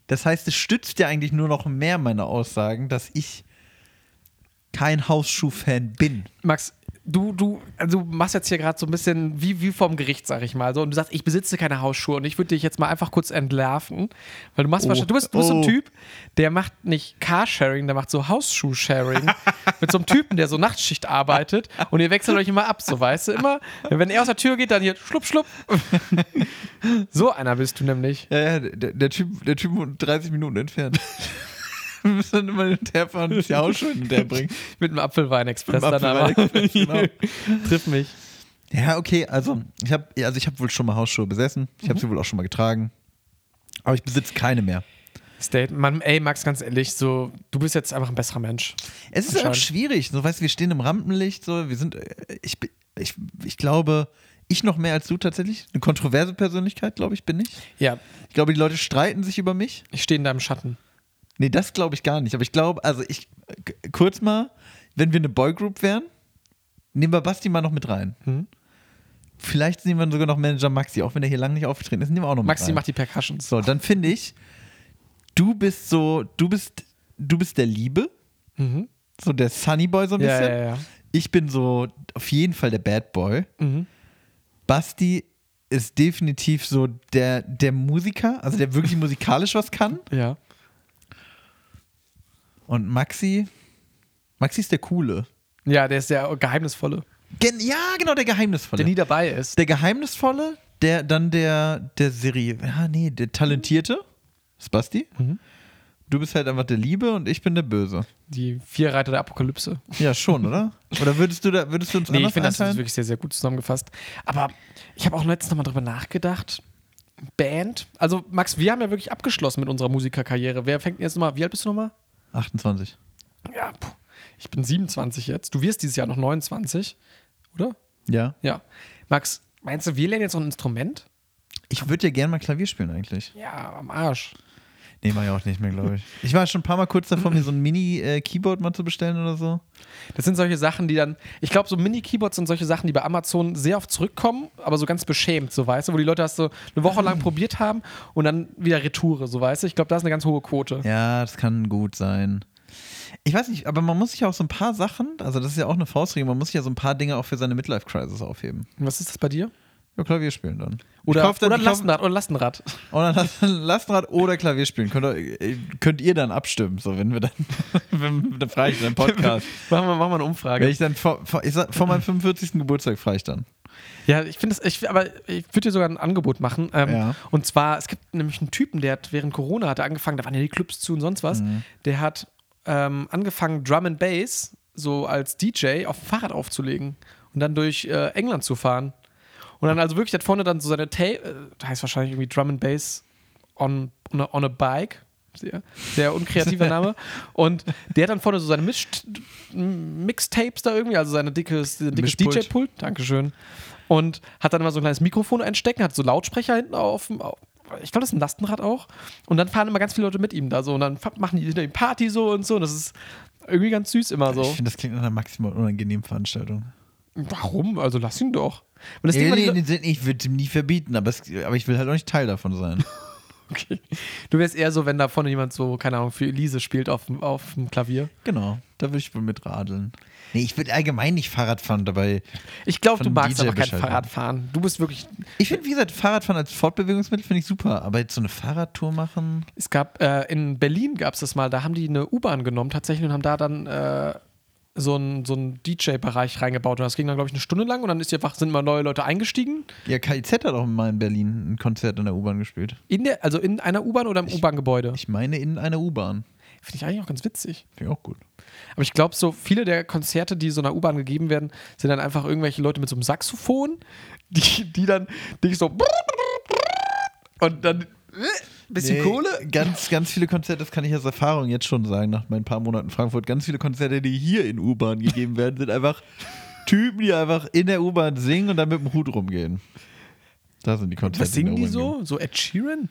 S2: Das heißt, es stützt ja eigentlich nur noch mehr meine Aussagen, dass ich kein Hausschuh-Fan bin.
S3: Max, du, du, also du machst jetzt hier gerade so ein bisschen wie, wie vorm Gericht, sag ich mal. So, und du sagst, ich besitze keine Hausschuhe und ich würde dich jetzt mal einfach kurz entlarven. Weil du machst
S2: Oh.
S3: wahrscheinlich, du bist, du bist so ein
S2: Oh.
S3: Typ, der macht nicht Carsharing, der macht so
S2: *laughs*
S3: Hausschuh-Sharing mit so einem Typen, der so Nachtschicht arbeitet und ihr wechselt euch immer ab, so weißt du immer. Wenn er aus der Tür geht, dann hier schlupp, schlupp.
S2: *laughs*
S3: so einer bist du nämlich.
S2: Ja, ja, der, der, typ, der Typ wohnt 30 Minuten entfernt. *laughs* Wir müssen dann immer hinterfahren
S3: *laughs*
S2: und die Hausschuhe hinterbringen.
S3: Mit einem Apfelwein-Express dann aber.
S2: Apfelwein-Express, genau.
S3: *laughs* Triff mich.
S2: Ja, okay, also ich habe also ich hab wohl schon mal Hausschuhe besessen. Ich habe sie wohl auch schon mal getragen. Aber ich besitze keine mehr.
S3: Statement. Man, ey, Max, ganz ehrlich, so, du bist jetzt einfach ein besserer Mensch.
S2: Es ist auch
S3: Anscheinend.
S2: schwierig. So, weißt du, wir stehen im Rampenlicht. So, wir sind, äh, ich, bin- ich, ich glaube, ich noch mehr als du tatsächlich. Eine kontroverse Persönlichkeit, glaube ich, bin ich.
S3: Ja,
S2: Ich glaube, die Leute streiten sich über mich.
S3: ich stehe in deinem Schatten.
S2: Nee, das glaube ich gar nicht. Aber ich glaube, also ich, k- kurz mal, wenn wir eine Boygroup wären, nehmen wir Basti mal noch mit rein.
S3: Mhm.
S2: Vielleicht nehmen wir sogar noch Manager Maxi, auch wenn er hier lange nicht aufgetreten ist, nehmen wir auch noch
S3: Maxi
S2: mit rein.
S3: macht die Percussions.
S2: so, dann finde ich, du bist so, du bist, du bist der Liebe,
S3: Mhm.
S2: so der Sunny Boy so ein
S3: Ja,
S2: bisschen.
S3: ja, ja.
S2: Ich bin so auf jeden Fall der Bad Boy.
S3: Mhm.
S2: Basti ist definitiv so der, der Musiker, also der wirklich musikalisch was kann.
S3: Ja.
S2: Und Maxi, Maxi ist der Coole.
S3: Ja, der ist der Geheimnisvolle.
S2: Gen ja, genau, der Geheimnisvolle.
S3: Der
S2: Der,
S3: nie dabei ist.
S2: Geheimnisvolle, der dann der, der Serie, ah nee, der Talentierte, ist Basti. Du bist halt einfach der Liebe und ich bin der Böse.
S3: Die vier Reiter der Apokalypse.
S2: Ja, schon, oder? Oder würdest du da, würdest du uns
S3: Nee, ich
S2: anders
S3: finde, das ist
S2: einteilen?
S3: wirklich sehr, sehr gut zusammengefasst. Aber ich habe auch letztens nochmal drüber nachgedacht. Band. Also, Max, wir haben ja wirklich abgeschlossen mit unserer Musikerkarriere. Wer fängt denn jetzt nochmal? Wie alt bist du nochmal?
S2: 28.
S3: Ja, puh. ich bin 27 jetzt. Du wirst dieses Jahr noch 29, oder?
S2: Ja.
S3: Ja. Max, meinst du, wir lernen jetzt noch ein Instrument?
S2: Ich würde ja gerne mal Klavier spielen eigentlich.
S3: Ja, am Arsch.
S2: Nee, mach ich auch nicht mehr, glaube ich. Ich war schon ein paar Mal kurz davor, mir so ein Mini-Keyboard mal zu bestellen oder so.
S3: Das sind solche Sachen, die dann, ich glaube, so Mini-Keyboards sind solche Sachen, die bei Amazon sehr oft zurückkommen, aber so ganz beschämt, so weißt du, wo die Leute das so eine Woche *laughs* lang probiert haben und dann wieder Retoure, so weißt du. Ich glaube, da ist eine ganz hohe Quote.
S2: Ja, das kann gut sein. Ich weiß nicht, aber man muss sich auch so ein paar Sachen, also das ist ja auch eine Faustregel, man muss sich ja so ein paar Dinge auch für seine Midlife-Crisis aufheben.
S3: Und Was ist das bei dir?
S2: Ja, Klavier spielen dann.
S3: Oder,
S2: ich kauf dann,
S3: oder ein
S2: ich kauf,
S3: Lastenrad, oder ein Lastenrad.
S2: oder Last- *laughs* Lastenrad oder Klavier spielen. Könnt ihr, äh, könnt ihr dann abstimmen, so wenn wir dann, *laughs* wenn, dann frage ich dann Podcast.
S3: Machen wir, machen wir
S2: *laughs*
S3: eine
S2: Wenn
S3: Umfrage.
S2: ich dann vor, vor, ich sag, vor meinem 45. Geburtstag frage ich dann.
S3: ja, ich finde das, ich, aber ich würde dir sogar ein Angebot machen. Ähm,
S2: Ja.
S3: Und zwar, es gibt nämlich einen Typen, der hat während Corona hat er angefangen, da waren ja die Clubs zu und sonst was, der hat ähm, angefangen, Drum and Bass so als DJ auf dem Fahrrad aufzulegen und dann durch äh, England zu fahren. Und dann also wirklich, der hat vorne dann so seine Tape, äh, da heißt wahrscheinlich irgendwie Drum and Bass on, on, a, on a Bike. Sehr, sehr unkreativer Name. Und der hat dann vorne so seine Misch Mixtapes da irgendwie, also seine dickes, dickes
S2: Mischpult.
S3: DJ-Pult. Dankeschön. Und hat dann immer so ein kleines Mikrofon einstecken, hat so Lautsprecher hinten auf dem. au- Ich glaube, das ist ein Lastenrad auch. Und dann fahren immer ganz viele Leute mit ihm da so. Und dann fa- machen die hinter ihm Party so und so. Und das ist irgendwie ganz süß immer
S2: Ich
S3: so.
S2: finde, das klingt nach einer maximal unangenehmen Veranstaltung.
S3: Warum? Also lass ihn doch. Und das Ding
S2: Nee,
S3: war, die
S2: nee,
S3: Le-
S2: nee, ich würde ihm nie verbieten, aber, es, aber ich will halt auch nicht Teil davon sein.
S3: Okay. Du wärst eher so, wenn da vorne jemand so, keine Ahnung, für Elise spielt auf, dem- auf dem Klavier.
S2: *laughs* Genau, da würde ich wohl mit radeln. Nee, ich würde allgemein nicht Fahrrad fahren dabei.
S3: Ich glaube, du
S2: Von
S3: magst
S2: DJ
S3: einfach kein
S2: Bescheid.
S3: Fahrradfahren. Du bist wirklich.
S2: Ich finde, wie gesagt, Fahrradfahren als Fortbewegungsmittel finde ich super, aber jetzt so eine Fahrradtour machen.
S3: Es gab, äh, in Berlin gab es das mal, da haben die eine U-Bahn genommen tatsächlich und haben da dann äh, so einen so einen DJ-Bereich reingebaut. Und das ging dann, glaube ich, eine Stunde lang und dann ist die einfach, sind mal neue Leute eingestiegen.
S2: Ja, KIZ hat auch mal in Berlin ein Konzert in der U-Bahn gespielt.
S3: In der, also in einer U-Bahn oder im U-Bahn-Gebäude.
S2: Ich meine in einer U-Bahn.
S3: Finde ich eigentlich auch ganz witzig.
S2: Finde ich auch gut.
S3: Aber ich glaube, so viele der Konzerte, die so einer U-Bahn gegeben werden, sind dann einfach irgendwelche Leute mit so einem Saxophon, *laughs* die, die dann dich so und dann äh, bisschen
S2: Nee,
S3: Kohle.
S2: Ganz, ganz viele Konzerte, das kann ich aus Erfahrung jetzt schon sagen, nach meinen paar Monaten in Frankfurt, ganz viele Konzerte, die hier in U-Bahn gegeben werden, sind einfach Typen, die einfach in der U-Bahn singen und dann mit dem Hut rumgehen. Da sind die Konzerte.
S3: Was singen
S2: in der
S3: die
S2: U-Bahn gehen.
S3: so? So Ed Sheeran?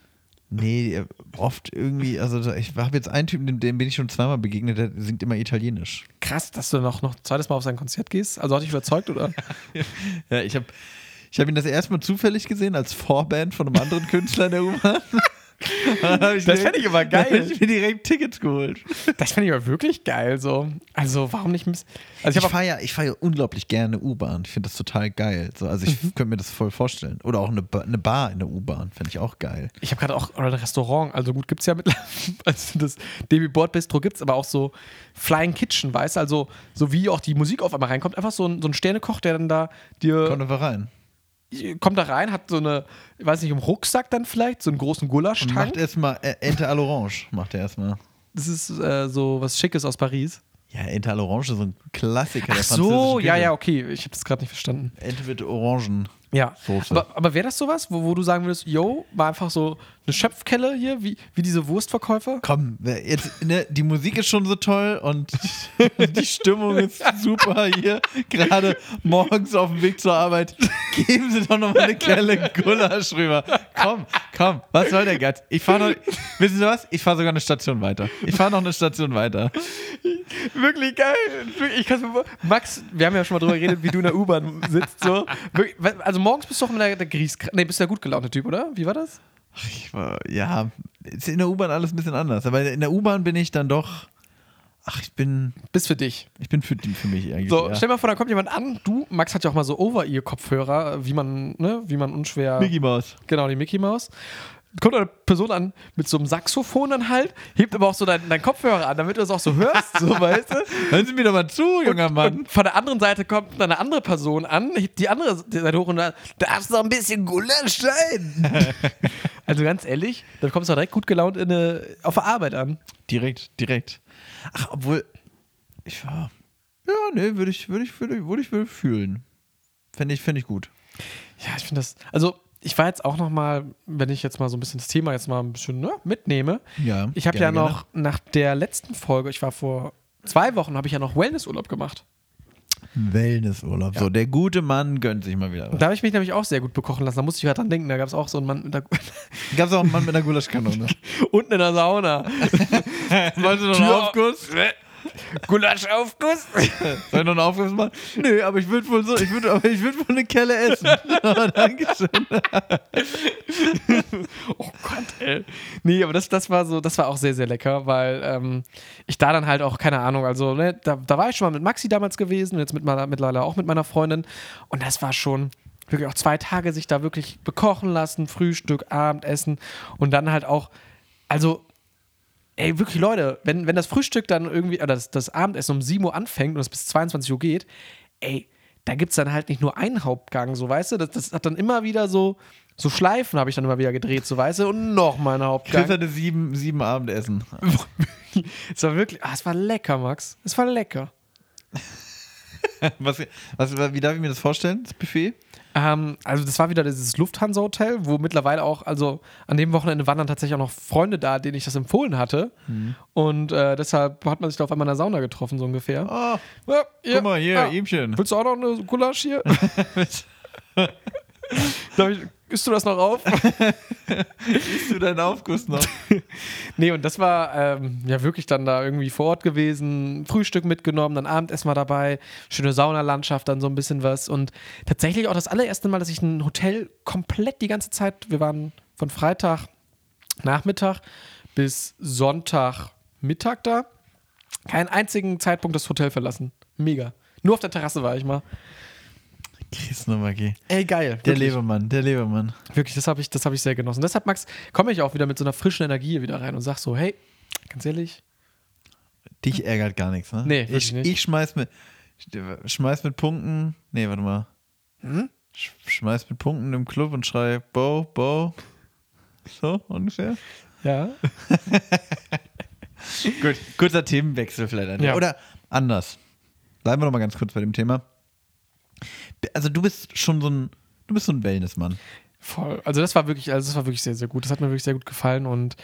S2: Nee, äh, oft irgendwie, also ich habe jetzt einen Typen, dem, dem bin ich schon zweimal begegnet, der singt immer Italienisch.
S3: Krass, dass du noch, noch ein zweites Mal auf sein Konzert gehst. Also hat dich überzeugt, oder?
S2: Ja, ich habe ich hab ihn das erstmal zufällig gesehen als Vorband von einem anderen Künstler in der
S3: *laughs*
S2: U-Bahn. das
S3: fänd ich aber geil.
S2: Ich hab mir direkt Tickets geholt.
S3: *laughs* Das finde ich aber wirklich geil. So. Also warum nicht? miss- Also
S2: Ich
S3: ich habe
S2: fahre ja, ich fahr ja unglaublich gerne U-Bahn. Ich finde das total geil. So, also ich
S3: Mhm.
S2: könnte mir das voll vorstellen. Oder auch eine, Ba- eine Bar in der U-Bahn, fände ich auch geil.
S3: Ich habe gerade auch oder ein Restaurant, also gut gibt's ja mittlerweile, *laughs* also das Demi Board Bistro gibt's, aber auch so Flying Kitchen, weißt du, also so wie auch die Musik auf einmal reinkommt, einfach so ein, so ein Sternekoch, der dann da
S2: Kommt
S3: dir
S2: einfach rein.
S3: kommt da rein, hat so eine, ich weiß nicht, im Rucksack dann vielleicht, so einen großen
S2: Und
S3: Gulaschtank.
S2: macht erstmal äh, Ente à l'Orange. Macht er erstmal.
S3: Das ist äh, so was Schickes aus Paris.
S2: Ja, Ente à l'Orange ist so ein Klassiker. der
S3: Ach so,
S2: französischen
S3: ja,
S2: Küche.
S3: ja, okay, ich habe das gerade nicht verstanden.
S2: Ente mit Orangen.
S3: Ja,
S2: Soße.
S3: aber, aber wäre das sowas, wo, wo du sagen würdest, yo, war einfach so eine Schöpfkelle hier, wie, wie diese Wurstverkäufer?
S2: Komm, wer- jetzt, ne, die Musik ist schon so toll und *laughs* die Stimmung ist super hier. Gerade morgens auf dem Weg zur Arbeit. Geben Sie doch nochmal eine Kelle Gulasch rüber. Komm, komm, was soll der Geiz? Ich fahre noch, wissen Sie was? Ich fahre sogar eine Station weiter. Ich fahre noch eine Station weiter.
S3: *laughs* Wirklich geil. Wirklich, Ich kann's mir vor- Max, wir haben ja schon mal drüber geredet, wie du in der U-Bahn sitzt. So. Wirklich, wa- Also morgens bist du doch immer der, der Gries. Nee, bist du der gut gelaunte Typ, oder? Wie war das?
S2: Ich war, ja, ist in der U-Bahn alles ein bisschen anders. Aber in der U-Bahn bin ich dann doch, ach, ich bin,
S3: Bist für dich.
S2: ich bin für, die- für mich eigentlich.
S3: So,
S2: eher.
S3: stell dir mal vor, da kommt jemand an. Du, Max hat ja auch mal so Over-Ear-Kopfhörer, wie man, ne, wie man unschwer.
S2: Mickey Mouse.
S3: Genau, die Mickey Maus. Kommt eine Person an mit so einem Saxophon dann halt, hebt aber auch so deinen deinen Kopfhörer an, damit du das auch so hörst,
S2: *laughs*
S3: so weißt du.
S2: Hören Sie mir doch mal zu, junger Mann.
S3: Und von der anderen Seite kommt dann eine andere Person an, hebt die andere Seite hoch und dann, darfst du noch ein bisschen Gulasch sein?
S2: *laughs*
S3: also ganz ehrlich, dann kommst du direkt gut gelaunt in eine, auf der Arbeit an.
S2: Direkt, direkt. Ach, obwohl. Ich war. Ja, nee, würde ich, würde ich, würde ich, würde ich, würde ich fühlen. Fände ich, fände ich gut.
S3: Ja, ich finde das, also ich war jetzt auch noch mal, wenn ich jetzt mal so ein bisschen das Thema jetzt mal ein bisschen ne, mitnehme.
S2: Ja,
S3: Ich habe ja
S2: gerne,
S3: noch nach der letzten Folge, ich war vor zwei Wochen, habe ich ja noch Wellnessurlaub gemacht.
S2: Wellnessurlaub. So, der gute Mann gönnt sich mal wieder.
S3: Und da habe ich mich nämlich auch sehr gut bekochen lassen. Da musste ich gerade dran denken. Da gab es auch so einen Mann mit der, *laughs*
S2: Gab es auch einen Mann mit einer *laughs* Gulaschkanone.
S3: unten in der Sauna. Genau.
S2: Wolltest du noch einen
S3: Tür-
S2: Aufguss?
S3: Gulaschaufguss.
S2: Soll ich noch einen Aufguss machen? Nö, aber ich würde wohl so, ich würde, aber ich würde wohl eine Kelle *laughs* essen. Aber Dankeschön.
S3: Oh Gott, ey. *laughs* Nee, aber das, das war so, das war auch sehr, sehr lecker, weil ähm, ich da dann halt auch, keine Ahnung, also, ne, da, da war ich schon mal mit Maxi damals gewesen, jetzt mit meiner, mittlerweile auch mit meiner Freundin. Und das war schon wirklich auch zwei Tage sich da wirklich bekochen lassen, Frühstück, Abendessen und dann halt auch, also. Ey, wirklich, Leute, wenn, wenn das Frühstück dann irgendwie, oder das, das Abendessen um 7 Uhr anfängt und es bis 22 Uhr geht, ey, da gibt es dann halt nicht nur einen Hauptgang, so weißt du, das, das hat dann immer wieder so, so Schleifen habe ich dann immer wieder gedreht, so weißt du, und nochmal einen
S2: Chris
S3: Hauptgang.
S2: hatte sieben, sieben Abendessen.
S3: Es war wirklich, ah, es war lecker, Max, es war lecker.
S2: *laughs* Was, was, wie darf ich mir das vorstellen, das Buffet?
S3: Ähm, also das war wieder dieses Lufthansa Hotel, wo mittlerweile auch, also an dem Wochenende waren dann tatsächlich auch noch Freunde da, denen ich das empfohlen hatte. Und äh, deshalb hat man sich da auf einmal in der Sauna getroffen, so ungefähr.
S2: Oh,
S3: Ja, ja,
S2: guck mal hier,
S3: ja.
S2: Ihmchen.
S3: Willst du auch noch eine Gulasch *laughs* hier? Darf ich, isst du das noch auf?
S2: Isst du deinen Aufguss noch?
S3: *laughs* Nee, und das war ähm, ja wirklich dann da irgendwie vor Ort gewesen, Frühstück mitgenommen, dann Abendessen mal dabei, schöne Saunalandschaft, dann so ein bisschen was. Und tatsächlich auch das allererste Mal, dass ich ein Hotel komplett die ganze Zeit, wir waren von Freitag Nachmittag bis Sonntag Mittag da, keinen einzigen Zeitpunkt das Hotel verlassen. Mega. Nur auf der Terrasse war ich mal.
S2: *laughs* Chris Nowacki.
S3: Ey, geil.
S2: Der
S3: wirklich.
S2: Lebemann, der Lebemann.
S3: Wirklich, das habe ich, das hab ich sehr genossen. Deshalb, Max, komme ich auch wieder mit so einer frischen Energie hier wieder rein und sag so, hey, ganz ehrlich,
S2: Dich ärgert gar nichts, ne?
S3: Nee, wirklich
S2: ich,
S3: nicht.
S2: ich schmeiß mit. Schmeiß mit Punkten. Nee, warte mal. Sch schmeiß mit Punkten im Club und schrei Bo, Bo. So ungefähr.
S3: ja.
S2: Gut. Kurzer Themenwechsel vielleicht. an der-
S3: Ja.
S2: Oder anders. Bleiben wir noch mal ganz kurz bei dem Thema. Also du bist schon so ein, du bist so ein Wellnessmann.
S3: Voll. Also das war wirklich, also das war wirklich sehr, sehr gut. Das hat mir wirklich sehr gut gefallen. Und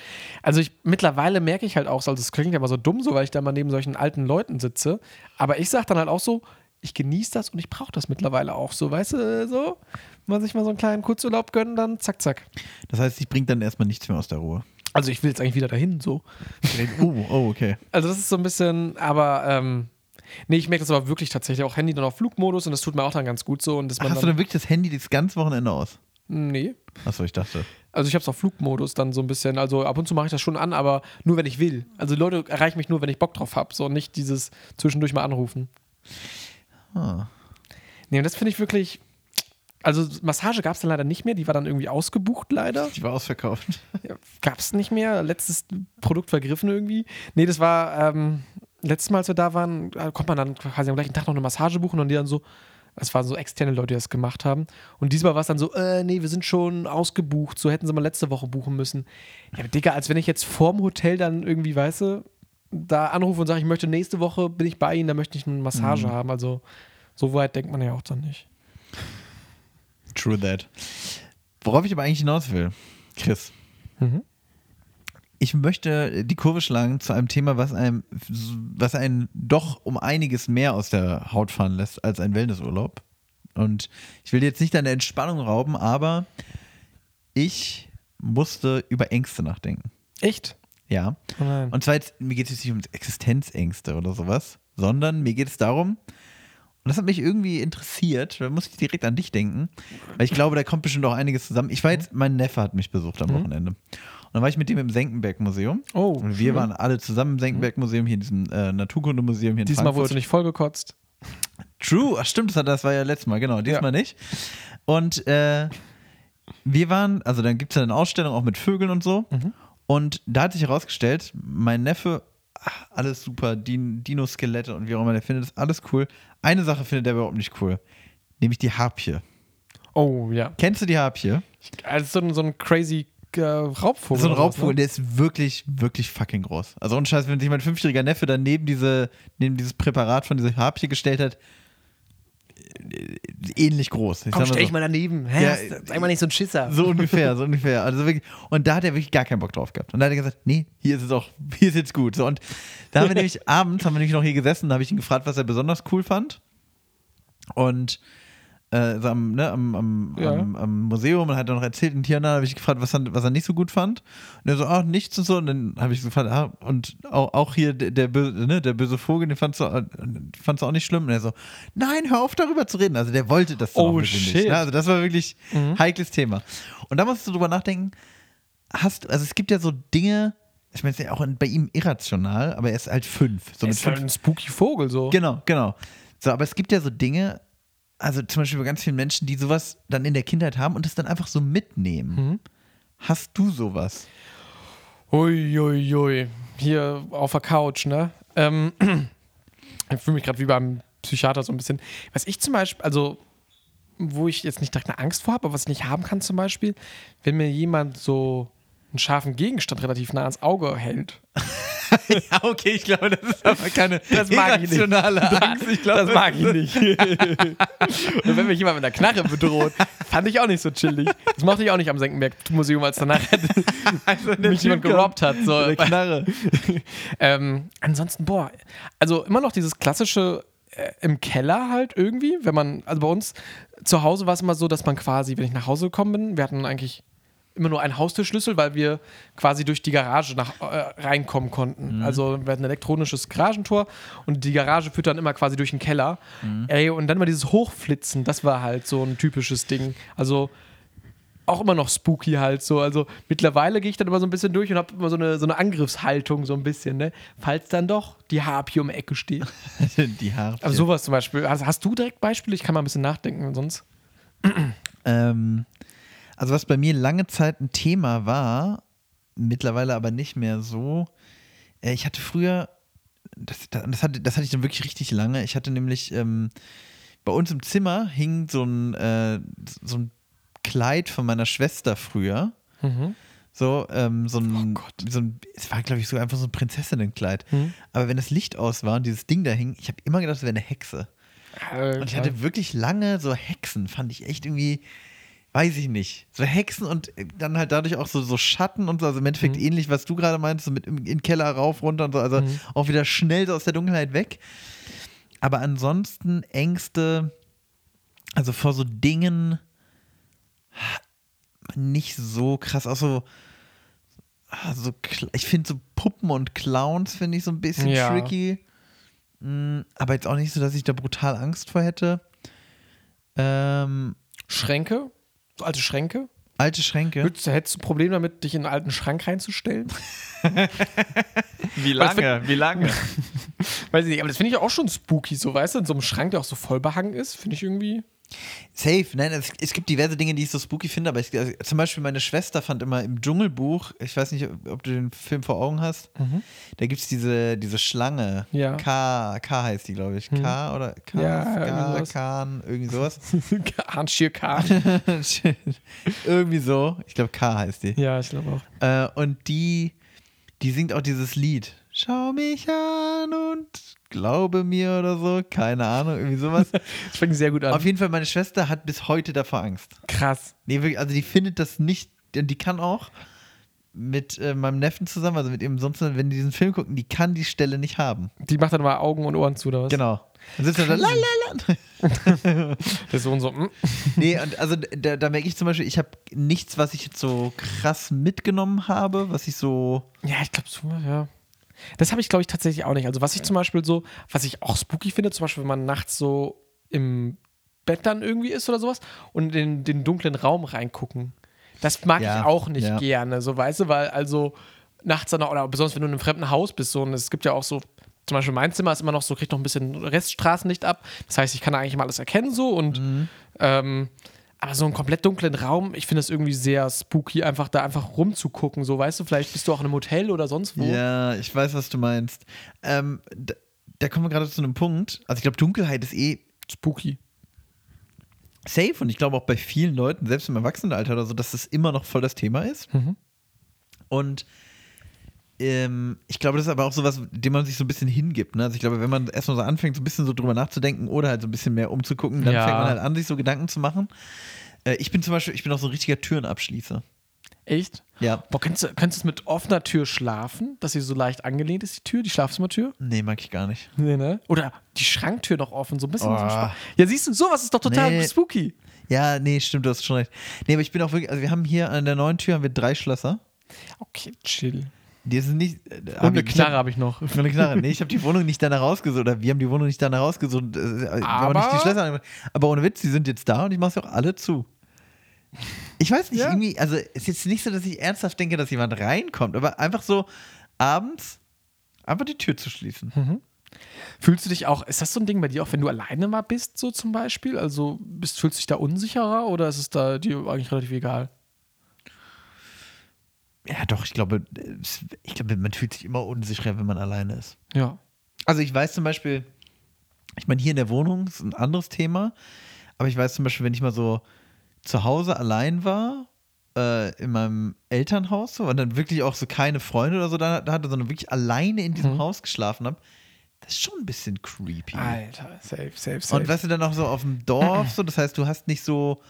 S3: also ich mittlerweile merke ich halt auch, so, also es klingt ja immer so dumm, so weil ich da mal neben solchen alten Leuten sitze. Aber ich sag dann halt auch so, ich genieße das und ich brauche das mittlerweile auch so, weißt du, so, wenn man sich mal so einen kleinen Kurzurlaub gönnen, dann zack, zack.
S2: Das heißt, ich bringe dann erstmal nichts mehr aus der Ruhe.
S3: Also ich will jetzt eigentlich wieder dahin, so. *laughs*
S2: Oh, oh, okay.
S3: Also das ist so ein bisschen, aber ähm, nee, ich merke das aber wirklich tatsächlich auch Handy dann auf Flugmodus und das tut mir auch dann ganz gut so und dass man
S2: Hast du
S3: dann, Hm,
S2: dann wirklich das Handy das ganze Wochenende aus?
S3: nee,
S2: Achso, ich dachte.
S3: also ich habe es auf Flugmodus dann so ein bisschen, also ab und zu mache ich das schon an, aber nur wenn ich will. Also die Leute erreichen mich nur, wenn ich Bock drauf habe, so und nicht dieses zwischendurch mal anrufen.
S2: Ah.
S3: Nee, und das finde ich wirklich also Massage gab es dann leider nicht mehr, die war dann irgendwie ausgebucht leider.
S2: Die war ausverkauft.
S3: Ja, Gab's nicht mehr. Letztes Produkt vergriffen irgendwie. Nee, das war ähm, letztes Mal, als wir da waren, äh, konnte man dann quasi am gleichen Tag noch eine Massage buchen und die dann so, es waren so externe Leute, die das gemacht haben. Und diesmal war es dann so, äh, nee, wir sind schon ausgebucht, so hätten sie mal letzte Woche buchen müssen. Ja, aber Digga, als wenn ich jetzt vorm Hotel dann irgendwie, weißt du, da anrufe und sage, ich möchte nächste Woche, bin ich bei Ihnen, da möchte ich eine Massage
S2: Mhm.
S3: haben. Also so weit denkt man ja auch dann nicht.
S2: True that. Worauf ich aber eigentlich hinaus will, Chris.
S3: Mhm.
S2: Ich möchte die Kurve schlagen zu einem Thema, was einem, was einen doch um einiges mehr aus der Haut fahren lässt als ein Wellnessurlaub. Und ich will jetzt nicht deine Entspannung rauben, aber ich musste über Ängste nachdenken.
S3: Echt?
S2: Ja.
S3: Oh nein.
S2: Und zwar jetzt, mir geht es jetzt nicht um Existenzängste oder sowas, sondern mir geht es darum, und das hat mich irgendwie interessiert, da muss ich direkt an dich denken, weil ich glaube, da kommt bestimmt auch einiges zusammen. Ich war
S3: Mhm.
S2: jetzt, mein Neffe hat mich besucht am Wochenende. Und dann war ich mit dem im Senckenberg-Museum.
S3: Oh,
S2: und wir waren alle zusammen im Senckenberg-Museum, hier in diesem äh, Naturkundemuseum hier in
S3: Diesmal
S2: Frankfurt.
S3: wurdest du nicht vollgekotzt.
S2: True, ach stimmt, das hat- das war ja letztes Mal, genau, diesmal nicht. Und äh, wir waren, also dann gibt es ja eine Ausstellung auch mit Vögeln und so. Und da hat sich herausgestellt, mein Neffe, ach, alles super, Din Dino-Skelette und wie auch immer, der findet das alles cool. Eine Sache findet er überhaupt nicht cool, nämlich die Harpie.
S3: Oh, ja.
S2: Kennst du die Harpie?
S3: Also so ein, so ein crazy äh, Raubvogel.
S2: So ein
S3: oder was,
S2: Raubvogel,
S3: ne?
S2: der ist wirklich, wirklich fucking groß. Also ohne Scheiß, wenn sich mein fünfjähriger Neffe dann neben, diese, neben dieses Präparat von dieser Harpie gestellt hat, äh, ähnlich groß. Ich
S3: Komm,
S2: sag mal
S3: stell
S2: so.
S3: dich mal daneben. Hä?
S2: Ja,
S3: Sei mal nicht so ein Schisser.
S2: So ungefähr, so ungefähr. Also wirklich, und da hat er wirklich gar keinen Bock drauf gehabt. Und da hat er gesagt, nee, hier ist es auch, *laughs* hier ist jetzt gut. So, und da haben wir nämlich abends, haben wir nämlich noch hier gesessen, da habe ich ihn gefragt, was er besonders cool fand. Und äh, so am, ne, am, am,
S3: Ja.
S2: am, am Museum und hat dann noch erzählt und hier und da habe ich gefragt, was er, was er nicht so gut fand. Und er so, ah, nichts und so. Und dann habe ich so gefragt, ah, und auch, auch hier der, der, böse, ne, der böse Vogel, den fandst du, äh, fandst du auch nicht schlimm. Und er so, nein, hör auf darüber zu reden. Also der wollte das dann
S3: Oh,
S2: auch wirklich
S3: shit. Mhm.
S2: nicht. Ne? Also das war wirklich heikles Thema. Und da musst du drüber nachdenken, hast, also es gibt ja so Dinge, ich meine, es ist ja auch in- bei ihm irrational, aber er ist halt fünf. So mit
S3: ist halt
S2: fünf
S3: ein spooky Vogel so.
S2: Genau, genau. So, aber es gibt ja so Dinge, also zum Beispiel bei ganz vielen Menschen, die sowas dann in der Kindheit haben und das dann einfach so mitnehmen.
S3: Mhm.
S2: Hast du sowas? *laughs*
S3: Uiuiui. Ui, ui. Hier auf der Couch, ne? Ähm, *clears throat* ich fühle mich gerade wie beim Psychiater so ein bisschen. Was ich zum Beispiel, also wo ich jetzt nicht direkt eine Angst vor habe, aber was ich nicht haben kann zum Beispiel, wenn mir jemand so einen scharfen Gegenstand relativ nah ans Auge hält.
S2: Ja, okay, ich glaube, das ist aber keine
S3: Das mag ich nicht.
S2: Angst. Ich glaube,
S3: das mag ich nicht. *laughs* Und wenn mich jemand mit einer Knarre bedroht, fand ich auch nicht so chillig. Das mochte ich auch nicht am Senckenberg-Museum, als
S2: *laughs*
S3: danach mich jemand gerobbt hat. So.
S2: Also Eine Knarre.
S3: *laughs* Ähm, ansonsten, boah, also immer noch dieses klassische äh, im Keller halt irgendwie, wenn man, also bei uns zu Hause war es immer so, dass man quasi, wenn ich nach Hause gekommen bin, wir hatten eigentlich immer nur einen Haustürschlüssel, weil wir quasi durch die Garage nach, äh, reinkommen konnten. Also wir hatten ein elektronisches Garagentor und die Garage führt dann immer quasi durch den Keller. Ey, und dann war dieses Hochflitzen, das war halt so ein typisches Ding. Also auch immer noch spooky halt so. Also mittlerweile gehe ich dann immer so ein bisschen durch und habe immer so eine, so eine Angriffshaltung so ein bisschen, ne? Falls dann doch die Harpie um die Ecke steht.
S2: Die Haare.
S3: *laughs* Aber sowas zum Beispiel. Hast, hast du direkt Beispiele? Ich kann mal ein bisschen nachdenken, sonst.
S2: Ähm, also was bei mir lange Zeit ein Thema war, mittlerweile aber nicht mehr so. äh, Ich hatte früher, das, das, hatte, das hatte ich dann wirklich richtig lange. Ich hatte nämlich ähm, bei uns im Zimmer hing so ein, äh, so ein Kleid von meiner Schwester früher. So, ähm, so ein, so ein, es war, glaube ich, so einfach so ein Prinzessinnenkleid. Aber wenn das Licht aus war und dieses Ding da hing, ich habe immer gedacht, es wäre eine Hexe.
S3: Äh,
S2: Und ich hatte wirklich lange so Hexen, fand ich echt irgendwie, weiß ich nicht. So Hexen und dann halt dadurch auch so, so Schatten und so, also im Endeffekt ähnlich, was du gerade meinst, so mit im, in den Keller rauf, runter und so, also auch wieder schnell so aus der Dunkelheit weg. Aber ansonsten Ängste, also vor so Dingen nicht so krass, auch so. ah, so Kl- ich finde so Puppen und Clowns finde ich so ein bisschen
S3: Ja.
S2: tricky. Mm, Aber jetzt auch nicht so, dass ich da brutal Angst vor hätte. Ähm,
S3: Schränke? So alte Schränke?
S2: alte Schränke.
S3: Würdest, du- hättest du ein Problem damit, dich in einen alten Schrank reinzustellen?
S4: Wie
S3: Was für-
S4: lange? Wie lange?
S3: *laughs* Weiß ich nicht, aber das finde ich auch schon spooky, so weißt du, in so einem Schrank, der auch so voll behangen ist, finde ich *laughs* irgendwie.
S2: Safe, nein, es, es gibt diverse Dinge, die ich so spooky finde, aber ich, also, zum Beispiel meine Schwester fand immer im Dschungelbuch, ich weiß nicht, ob, ob du den Film vor Augen hast, da gibt es diese, diese Schlange,
S3: Mhm. Ja. Mhm.
S2: K, K heißt die, glaube ich, K oder K,
S3: Ja,
S2: K,
S3: irgendwie sowas.
S2: Kahn, irgendwie sowas. *laughs*
S3: Arnschir K.
S2: irgendwie so, ich glaube K heißt die.
S3: Ja, ich glaube auch.
S2: Äh, und die, die singt auch dieses Lied. Schau mich an und glaube mir oder so, keine Ahnung, irgendwie
S3: *laughs*
S2: sowas.
S3: Das fängt sehr gut an.
S2: Auf jeden Fall, meine Schwester hat bis heute davor Angst.
S3: Krass.
S2: Nee, wirklich, also die findet das nicht, und die kann auch mit äh, meinem Neffen zusammen, also mit ihm sonst, wenn die diesen Film gucken, die kann die Stelle nicht haben.
S3: Die macht dann mal Augen und Ohren zu, oder was?
S2: Genau. Dann sitzt er da, lalala.
S3: Der Sohn so, mm.
S2: *laughs* Nee, und also da, da merke ich zum Beispiel, ich habe nichts, was ich jetzt so krass mitgenommen habe, was ich so.
S3: Ja, ich glaube so, ja. Das habe ich, glaube ich, tatsächlich auch nicht. Also, was ich zum Beispiel so, was ich auch spooky finde, zum Beispiel, wenn man nachts so im Bett dann irgendwie ist oder sowas und in den dunklen Raum reingucken. Das mag
S2: Ja,
S3: ich auch nicht
S2: ja.
S3: gerne, so weißt du, weil also nachts dann auch, oder besonders wenn du in einem fremden Haus bist, so und es gibt ja auch so, zum Beispiel mein Zimmer ist immer noch so, kriegt noch ein bisschen Reststraßenlicht ab. Das heißt, ich kann da eigentlich mal alles erkennen so und
S2: Mhm.
S3: ähm, aber so einen komplett dunklen Raum, ich finde das irgendwie sehr spooky, einfach da einfach rumzugucken. So, weißt du, vielleicht bist du auch in einem Hotel oder sonst wo.
S2: Ja, ich weiß, was du meinst. Ähm, da, da kommen wir gerade zu einem Punkt. Also ich glaube, Dunkelheit ist eh
S3: Spooky.
S2: safe und ich glaube auch bei vielen Leuten, selbst
S3: Mhm.
S2: im Erwachsenenalter oder so, dass das immer noch voll das Thema ist. Und ähm, ich glaube, das ist aber auch sowas, dem man sich so ein bisschen hingibt. Ne? Also ich glaube, wenn man erstmal so anfängt, so ein bisschen so drüber nachzudenken oder halt so ein bisschen mehr umzugucken, dann
S3: Ja.
S2: fängt man halt an, sich so Gedanken zu machen. Äh, ich bin zum Beispiel, ich bin auch so ein richtiger Türenabschließer.
S3: Echt?
S2: Ja.
S3: Boah, kannst du, kannst du mit offener Tür schlafen, dass sie so leicht angelehnt ist, die Tür, die Schlafzimmertür?
S2: Nee, mag ich gar nicht.
S3: Nee, ne? Oder die Schranktür noch offen, so ein bisschen.
S2: Oh.
S3: zum Spaß. Ja, siehst du, sowas ist doch total
S2: Nee.
S3: spooky.
S2: Ja, nee, stimmt, du hast schon recht. Nee, aber ich bin auch wirklich, also wir haben hier an der neuen Tür haben wir drei Schlösser.
S3: Okay, chill.
S2: Die sind nicht. äh, hab
S3: Und eine
S2: ich- ich
S3: Knarre
S2: hab-
S3: habe ich noch.
S2: Und eine Knarre. Nee, ich habe die Wohnung nicht danach rausgesucht. Oder wir haben die Wohnung nicht danach rausgesucht. äh, wir haben nicht die
S3: Aber-
S2: Schlösser angemacht. aber ohne Witz, die sind jetzt da und ich mache sie auch alle zu. Ich weiß nicht,
S3: Ja.
S2: irgendwie, also es ist jetzt nicht so, dass ich ernsthaft denke, dass jemand reinkommt, aber einfach so abends einfach die Tür zu schließen.
S3: Fühlst du dich auch, ist das so ein Ding bei dir auch, wenn du alleine mal bist, so zum Beispiel? Also bist, fühlst du dich da unsicherer oder ist es da dir eigentlich relativ egal?
S2: Ja, doch, ich glaube, es- ich glaube, man fühlt sich immer unsicherer, wenn man alleine ist.
S3: Ja.
S2: Also ich weiß zum Beispiel, ich meine, hier in der Wohnung ist ein anderes Thema, aber ich weiß zum Beispiel, wenn ich mal so zu Hause allein war, äh, in meinem Elternhaus so, und dann wirklich auch so keine Freunde oder so da, da hatte, sondern wirklich alleine in diesem
S3: Mhm.
S2: Haus geschlafen habe, das ist schon ein bisschen creepy.
S3: Alter, safe, safe, Ah, safe.
S2: und weißt du, dann auch so auf
S3: *clears throat*
S2: dem Dorf, so, das heißt, du hast nicht so,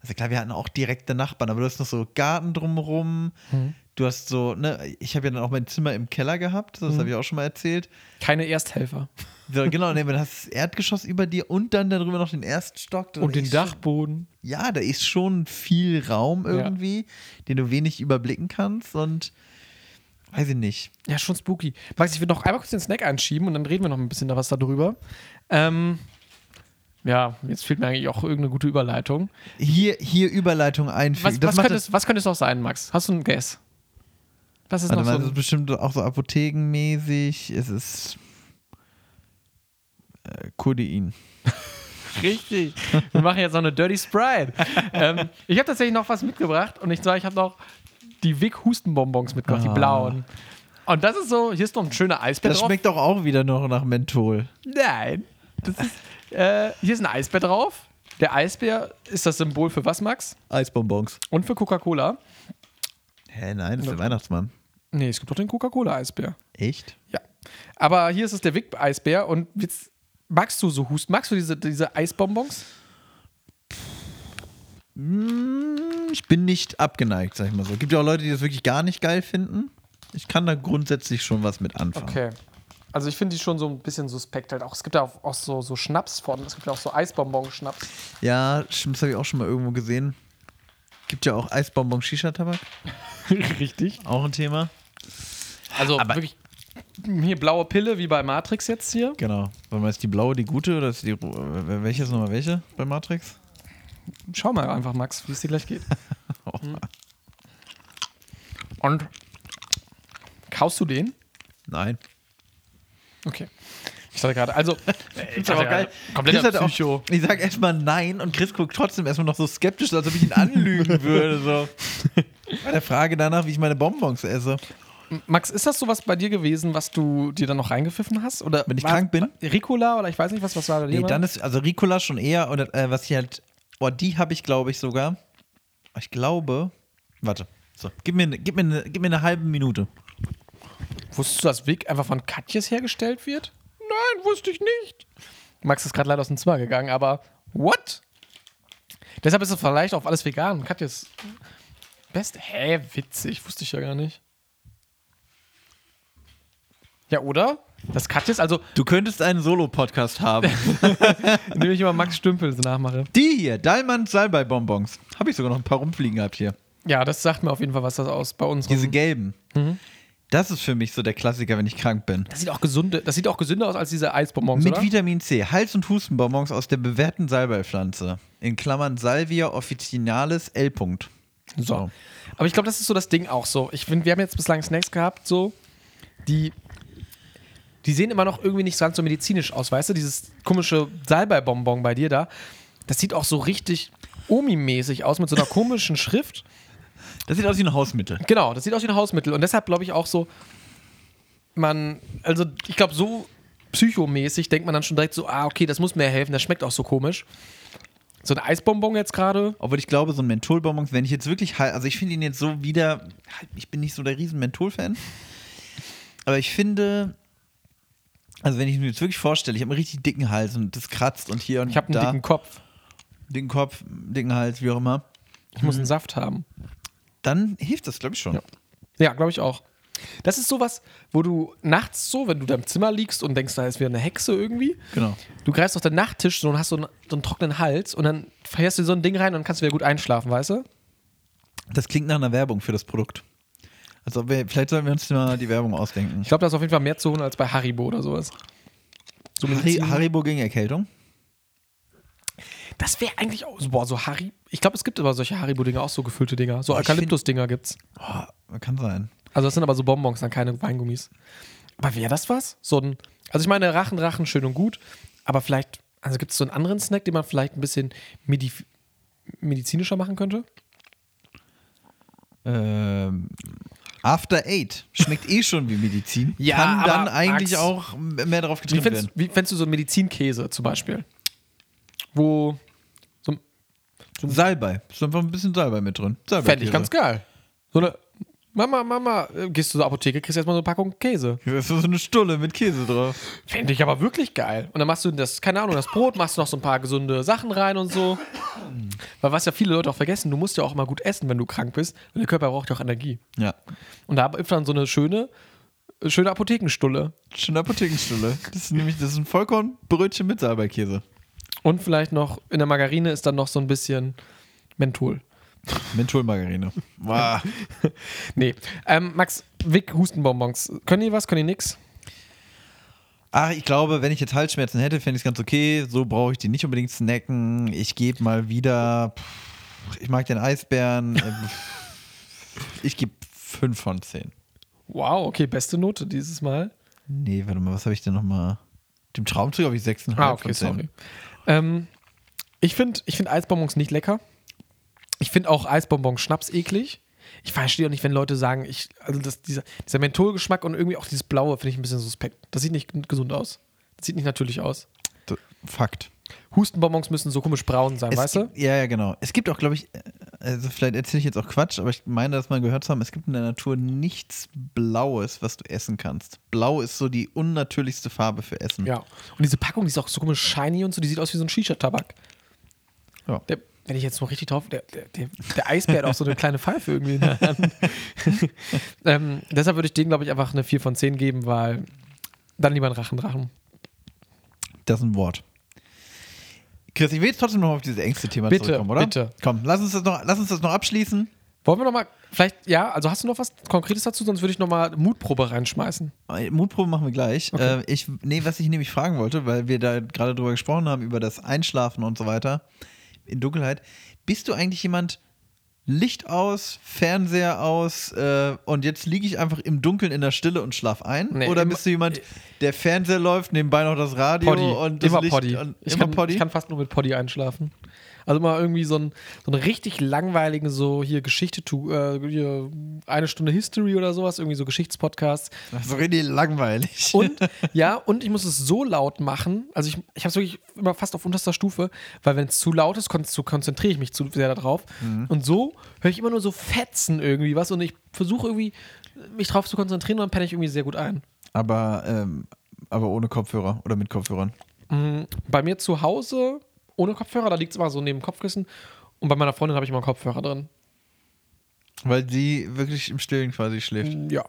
S2: also klar, wir hatten auch direkte Nachbarn, aber du hast noch so Garten drumherum,
S3: Mhm.
S2: du hast so, ne, ich habe ja dann auch mein Zimmer im Keller gehabt, das
S3: Mhm.
S2: habe ich auch schon mal erzählt.
S3: Keine Ersthelfer.
S2: So, genau, nee, dann hast du das Erdgeschoss über dir und dann darüber noch den ersten Stock. Da
S3: Und den
S2: ist Schon,
S3: Dachboden.
S2: ja, da ist schon viel Raum
S3: Ja.
S2: irgendwie, den du wenig überblicken kannst und weiß ich nicht.
S3: Ja, schon spooky. Max, ich will noch einmal kurz den Snack einschieben und dann reden wir noch ein bisschen da was darüber. Ähm, ja, jetzt fehlt mir eigentlich auch irgendeine gute Überleitung.
S2: Hier, hier Überleitung einfügen.
S3: Was,
S2: Das
S3: was,
S2: macht
S3: könnte
S2: das,
S3: es, was könnte es noch sein, Max? Hast du einen Guess? Was ist
S2: warte
S3: noch
S2: mal, das
S3: so?
S2: ist
S3: ein-
S2: bestimmt auch so apothekenmäßig. Es ist äh, Codein.
S3: Richtig. Wir machen jetzt noch eine Dirty Sprite. ähm, ich habe tatsächlich noch was mitgebracht und ich sage, ich habe noch die Wick Hustenbonbons mitgebracht, die
S2: Ah.
S3: blauen. Und das ist so, hier ist noch ein schöner Eisbär
S2: Das
S3: drauf.
S2: schmeckt doch auch wieder noch nach Menthol.
S3: Nein. Das ist, äh, hier ist ein Eisbär drauf. Der Eisbär ist das Symbol für was, Max?
S2: Eisbonbons.
S3: Und für Coca-Cola.
S2: Hä, nein, das ist der Weihnachtsmann.
S3: Nee, es gibt doch den Coca-Cola-Eisbär.
S2: Echt?
S3: Ja. Aber hier ist es der Wick-Eisbär und jetzt magst du so Husten, magst du diese, diese Eisbonbons?
S2: Ich bin nicht abgeneigt, sag ich mal so. Gibt ja auch Leute, die das wirklich gar nicht geil finden. Ich kann da grundsätzlich schon was mit anfangen.
S3: Okay. Also ich finde die schon so ein bisschen suspekt halt auch. Es gibt ja auch, auch so, so Schnapsformen, es gibt ja auch so Eisbonbon-Schnaps.
S2: Ja, stimmt, das habe ich auch schon mal irgendwo gesehen. Gibt ja auch Eisbonbon Shisha-Tabak,
S3: *laughs* Richtig.
S2: auch ein Thema.
S3: Also wirklich hier blaue Pille wie bei Matrix jetzt hier.
S2: Genau. Warte mal, ist die blaue die gute oder ist die ro- äh, welche ist nochmal welche bei Matrix?
S3: Schau mal einfach, Max, wie es dir gleich *laughs* geht. Hm?
S2: Oh.
S3: Und kaust du den?
S2: Nein.
S3: Okay. Ich dachte gerade, *laughs* also. Ich dachte gerade,
S2: Chris
S3: Kompletter
S2: hat auch,
S3: Psycho.
S2: ich sag erstmal nein und Chris guckt trotzdem erstmal noch so skeptisch, als ob ich ihn anlügen würde. So. Bei der Frage danach, wie ich meine Bonbons esse.
S3: Max, ist das sowas bei dir gewesen, was du dir dann noch reingepfiffen hast? Oder
S2: Wenn ich
S3: war-
S2: krank bin?
S3: Ricola oder ich weiß nicht, was, was war da
S2: Nee, dann ist, also Ricola schon eher, oder äh, was hier halt, oh, die habe ich, glaube ich, sogar. Ich glaube, warte, so, gib mir, ne- gib mir, ne- gib mir eine halbe Minute.
S3: Wusstest du, dass Wick einfach von Katjes hergestellt wird? Nein, wusste ich nicht. Max ist gerade leider aus dem Zimmer gegangen, aber what? Deshalb ist es vielleicht auch alles vegan. Katjes best. Hä, witzig, wusste ich ja gar nicht. Ja, oder? Das Katjes, also
S2: Du könntest einen Solo-Podcast haben.
S3: nehme ich immer Max Stümpel so nachmache.
S2: *laughs* die hier, Dallmann Salbei-Bonbons. Habe ich sogar noch ein paar rumfliegen gehabt hier.
S3: Ja, das sagt mir auf jeden Fall was das aus bei uns.
S2: Diese gelben. Das ist für mich so der Klassiker, wenn ich krank bin.
S3: Das sieht auch gesunde, das sieht auch gesünder aus als diese Eisbonbons,
S2: Mit
S3: oder?
S2: Vitamin C, Hals- und Hustenbonbons aus der bewährten Salbeipflanze. In Klammern Salvia officinalis L. -Punkt. Genau.
S3: So. Aber ich glaube, das ist so das Ding auch so. Ich finde, wir haben jetzt bislang Snacks gehabt, so, die, die sehen immer noch irgendwie nicht so ganz so medizinisch aus, weißt du? Dieses komische Salbei-Bonbon bei dir da, das sieht auch so richtig Omi-mäßig aus mit so einer komischen Schrift.
S2: Das sieht aus wie ein Hausmittel.
S3: Genau, das sieht aus wie ein Hausmittel. Und deshalb glaube ich auch so, man, also ich glaube, so psychomäßig denkt man dann schon direkt so, ah, okay, das muss mir helfen, das schmeckt auch so komisch. So ein Eisbonbon jetzt gerade.
S2: Obwohl ich glaube, so ein halt, Mentholbonbon, wenn ich jetzt wirklich, hal- also ich finde ihn jetzt so wieder, ich bin nicht so der riesen Menthol-Fan, Aber ich finde, also wenn ich mir jetzt wirklich vorstelle, ich habe einen richtig dicken Hals und das kratzt und hier und
S3: Ich habe einen
S2: da,
S3: dicken Kopf.
S2: dicken Kopf, dicken Hals, wie auch immer,
S3: Ich muss einen Saft haben.
S2: dann hilft das, glaube ich, schon.
S3: Ja. Ja, glaube ich auch. Das ist sowas, wo du nachts so, wenn du da im Zimmer liegst und denkst, da ist wieder eine Hexe irgendwie,
S2: Genau.
S3: du greifst auf den Nachttisch so und hast so einen, so einen trockenen Hals und dann fährst du so ein Ding rein und dann kannst du wieder gut einschlafen, weißt du?
S2: Das klingt nach einer Werbung für das Produkt. Also wir, vielleicht sollten wir uns mal die Werbung ausdenken.
S3: Ich glaube, da ist auf jeden Fall mehr zu holen als bei Haribo oder sowas. So
S2: Harry,
S3: Medizin-
S2: Haribo gegen Erkältung.
S3: Das wäre eigentlich auch. so- Boah, so Harry. Ich glaube, es gibt aber solche Haribo-Dinger, auch so gefüllte Dinger. So
S2: Ich find-
S3: Eukalyptus-Dinger gibt's.
S2: Boah, Oh, kann sein.
S3: Also, das sind aber so Bonbons, dann keine Weingummis. Aber wäre das was? So ein. Also, ich meine, Rachen, Rachen, schön und gut. Aber vielleicht. Also, gibt es so einen anderen Snack, den man vielleicht ein bisschen medi medizinischer machen könnte?
S2: Ähm, After Eight schmeckt eh schon wie Medizin.
S3: *laughs* Ja,
S2: Kann dann
S3: aber
S2: eigentlich
S3: Max-
S2: auch mehr drauf
S3: Wie
S2: getrimmt
S3: fändest,
S2: werden.
S3: wie fändst du so einen Medizinkäse zum Beispiel? Wo. So,
S2: Salbei. Ist einfach ein bisschen Salbei mit drin. Salbei
S3: Fände ich ganz geil. So eine. Mama, Mama, äh, gehst du zur Apotheke, kriegst erstmal so eine Packung Käse.
S2: *laughs* Das ist so eine Stulle mit Käse drauf.
S3: Fände ich aber wirklich geil. Und dann machst du das, keine Ahnung, das Brot, machst du noch so ein paar gesunde Sachen rein und so. Weil was ja viele Leute auch vergessen, du musst ja auch immer gut essen, wenn du krank bist. Und der Körper braucht ja auch Energie.
S2: Ja.
S3: Und da ist dann so eine schöne, äh, schöne Apothekenstulle.
S2: Schöne Apothekenstulle. Das ist nämlich das ist ein Vollkornbrötchen mit Salbeikäse.
S3: Und vielleicht noch in der Margarine ist dann noch so ein bisschen Menthol. *laughs*
S2: Mentholmargarine. Wow.
S3: Nee. Ähm, Max, Wick, Hustenbonbons. Können die was? Können die nix?
S2: Ach, ich glaube, wenn ich jetzt Halsschmerzen hätte, fände ich es ganz okay. So brauche ich die nicht unbedingt snacken. Ich gebe mal wieder. Pff, Ich mag den
S3: *laughs*
S2: Eisbären. Ähm, Ich gebe 5 von 10.
S3: Wow, okay, beste Note dieses Mal.
S2: Nee, warte mal, was habe ich denn nochmal? Dem Traumzug habe ich 6,5
S3: Ah, okay,
S2: von 10.
S3: sorry. Ähm, ich finde ich find Eisbonbons nicht lecker. Ich finde auch Eisbonbons Schnaps eklig. Ich verstehe auch nicht, wenn Leute sagen, ich, also das, dieser, dieser Mentholgeschmack und irgendwie auch dieses Blaue finde ich ein bisschen suspekt. Das sieht nicht gesund aus. Das sieht nicht natürlich aus.
S2: D- Fakt.
S3: Hustenbonbons müssen so komisch braun sein,
S2: Es
S3: weißt du?
S2: gibt, Ja, ja, genau. Es gibt auch, glaube ich, äh, also vielleicht erzähle ich jetzt auch Quatsch, aber ich meine, dass man gehört zu haben, es gibt in der Natur nichts Blaues, was du essen kannst. Blau ist so die unnatürlichste Farbe für Essen.
S3: Ja. Und diese Packung, die ist auch so komisch shiny und so, die sieht aus wie so ein Shisha-Tabak.
S2: Ja.
S3: Der, wenn ich jetzt noch richtig drauf, der, der, der, der Eisbär hat auch so eine kleine Pfeife irgendwie in der Hand. ähm, deshalb würde ich denen, glaube ich, einfach eine 4 von 10 geben, weil dann lieber ein Rachendrachen.
S2: Das ist ein Wort. Chris, ich will jetzt trotzdem noch auf dieses engste Thema
S3: Bitte,
S2: zurückkommen, oder?
S3: bitte.
S2: Komm, lass uns das noch, lass uns das noch abschließen.
S3: Wollen wir nochmal, vielleicht, ja, also hast du noch was Konkretes dazu, sonst würde ich nochmal Mutprobe reinschmeißen.
S2: Mutprobe machen wir gleich.
S3: Okay.
S2: Äh, ich, nee, was ich nämlich fragen wollte, weil wir da gerade drüber gesprochen haben, über das Einschlafen und so weiter in Dunkelheit. Bist du eigentlich jemand, Licht aus, Fernseher aus äh, und jetzt liege ich einfach im Dunkeln in der Stille und schlaf ein?
S3: Nee,
S2: Oder
S3: immer- äh,
S2: bist du jemand, der Fernseher läuft, nebenbei noch das Radio
S3: Poddy,
S2: und das
S3: immer
S2: Licht
S3: Poddy.
S2: und
S3: ich,
S2: immer
S3: kann,
S2: Poddy?
S3: ich kann fast nur mit Poddy einschlafen. Also mal irgendwie so einen so einen richtig langweiligen, so hier Geschichte, tu, äh, hier eine Stunde History oder sowas, irgendwie so Geschichtspodcasts.
S2: Das ist richtig langweilig. *laughs*
S3: Und ja, und ich muss es so laut machen. Also ich, ich habe es wirklich immer fast auf unterster Stufe, weil wenn es zu laut ist, kon zu konzentriere ich mich zu sehr darauf.
S2: Mhm.
S3: Und so höre ich immer nur so Fetzen irgendwie was und ich versuche irgendwie mich drauf zu konzentrieren und dann penne ich irgendwie sehr gut ein.
S2: Aber, ähm, aber ohne Kopfhörer oder mit Kopfhörern.
S3: Mhm. Bei mir zu Hause ohne Kopfhörer, da liegt es immer so neben dem Kopfkissen. Und bei meiner Freundin habe ich immer einen Kopfhörer drin.
S2: Weil sie wirklich im Stillen quasi schläft.
S3: Mm, Ja.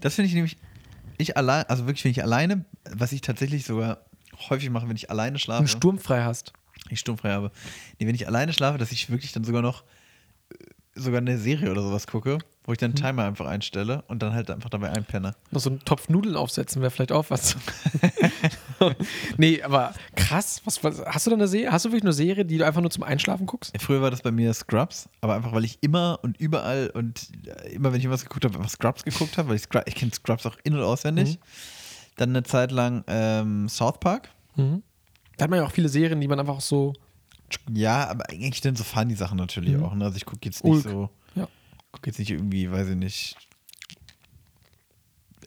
S2: Das finde ich nämlich, ich allein, also wirklich, wenn ich alleine, was ich tatsächlich sogar häufig mache, wenn ich alleine
S3: Wenn
S2: schlafe,
S3: du sturmfrei hast.
S2: ich sturmfrei habe. Nee, wenn ich alleine schlafe, dass ich wirklich dann sogar noch äh, sogar eine Serie oder sowas gucke, wo ich dann einen Timer einfach einstelle und dann halt einfach dabei einpenne.
S3: Noch so einen Topf Nudeln aufsetzen wäre vielleicht auch was. *laughs* nee, aber krass. Was, was, hast du denn eine Serie? Hast du wirklich eine Serie, die du einfach nur zum Einschlafen guckst?
S2: Früher war das bei mir Scrubs, aber einfach weil ich immer und überall und äh, immer wenn ich irgendwas geguckt habe, einfach Scrubs geguckt habe, weil ich, Scrub, ich kenne Scrubs auch in- und auswendig. Dann eine Zeit lang ähm, South Park.
S3: Da hat man ja auch viele Serien, die man einfach so.
S2: Ja, aber eigentlich dann so Funny-Sachen natürlich auch. Ne? Also ich gucke jetzt nicht
S3: Ulk.
S2: so,
S3: Ja.
S2: gucke jetzt nicht irgendwie, weiß ich nicht,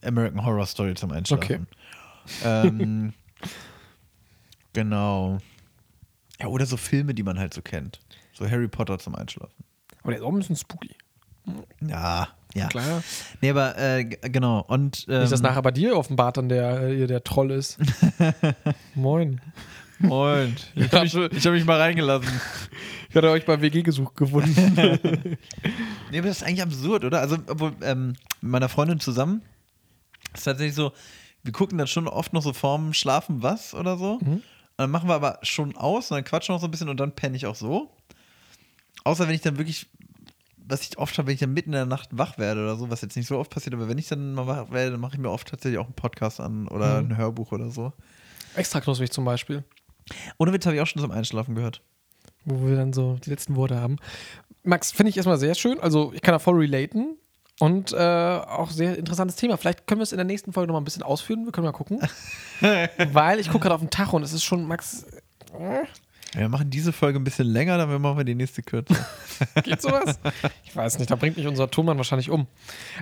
S2: American Horror Story zum Einschlafen.
S3: *laughs*
S2: Ähm, genau. Ja, oder so Filme, die man halt so kennt. So Harry Potter zum Einschlafen.
S3: Aber der ist auch ein bisschen spooky.
S2: Ja, Ja.
S3: Klar.
S2: Nee, aber äh, g- genau. Und ähm,
S3: Nicht, dass nachher bei dir offenbart dann der, äh, der Troll
S2: *laughs*
S3: ist. Moin.
S2: Freund. *laughs* Ich habe mich, ich hab mich mal reingelassen.
S3: Ich hatte euch beim
S2: *laughs*
S3: WG-Gesuch gewunden.
S2: Nee, aber das ist eigentlich absurd, oder? Also, obwohl, ähm, mit meiner Freundin zusammen ist tatsächlich so, wir gucken dann schon oft noch so Formen, schlafen was oder so. Und dann machen wir aber schon aus und dann quatschen wir noch so ein bisschen und dann penne ich auch so. Außer wenn ich dann wirklich, was ich oft habe, wenn ich dann mitten in der Nacht wach werde oder so, was jetzt nicht so oft passiert, aber wenn ich dann mal wach werde, dann mache ich mir oft tatsächlich auch einen Podcast an oder ein Hörbuch oder so.
S3: Extra knusprig zum Beispiel.
S2: Ohne Witz habe ich auch schon zum Einschlafen gehört.
S3: wo wir dann so die letzten Worte haben. Max, finde ich erstmal sehr schön. Also ich kann da voll relaten. Und äh, auch sehr interessantes Thema. Vielleicht können wir es in der nächsten Folge nochmal ein bisschen ausführen. Wir können mal gucken. Weil ich gucke gerade auf den Tacho und es ist schon, Max,
S2: Ja, wir machen diese Folge ein bisschen länger, dann machen wir die nächste kürzer.
S3: geht sowas? ich weiß nicht, da bringt mich unser Thomann wahrscheinlich um.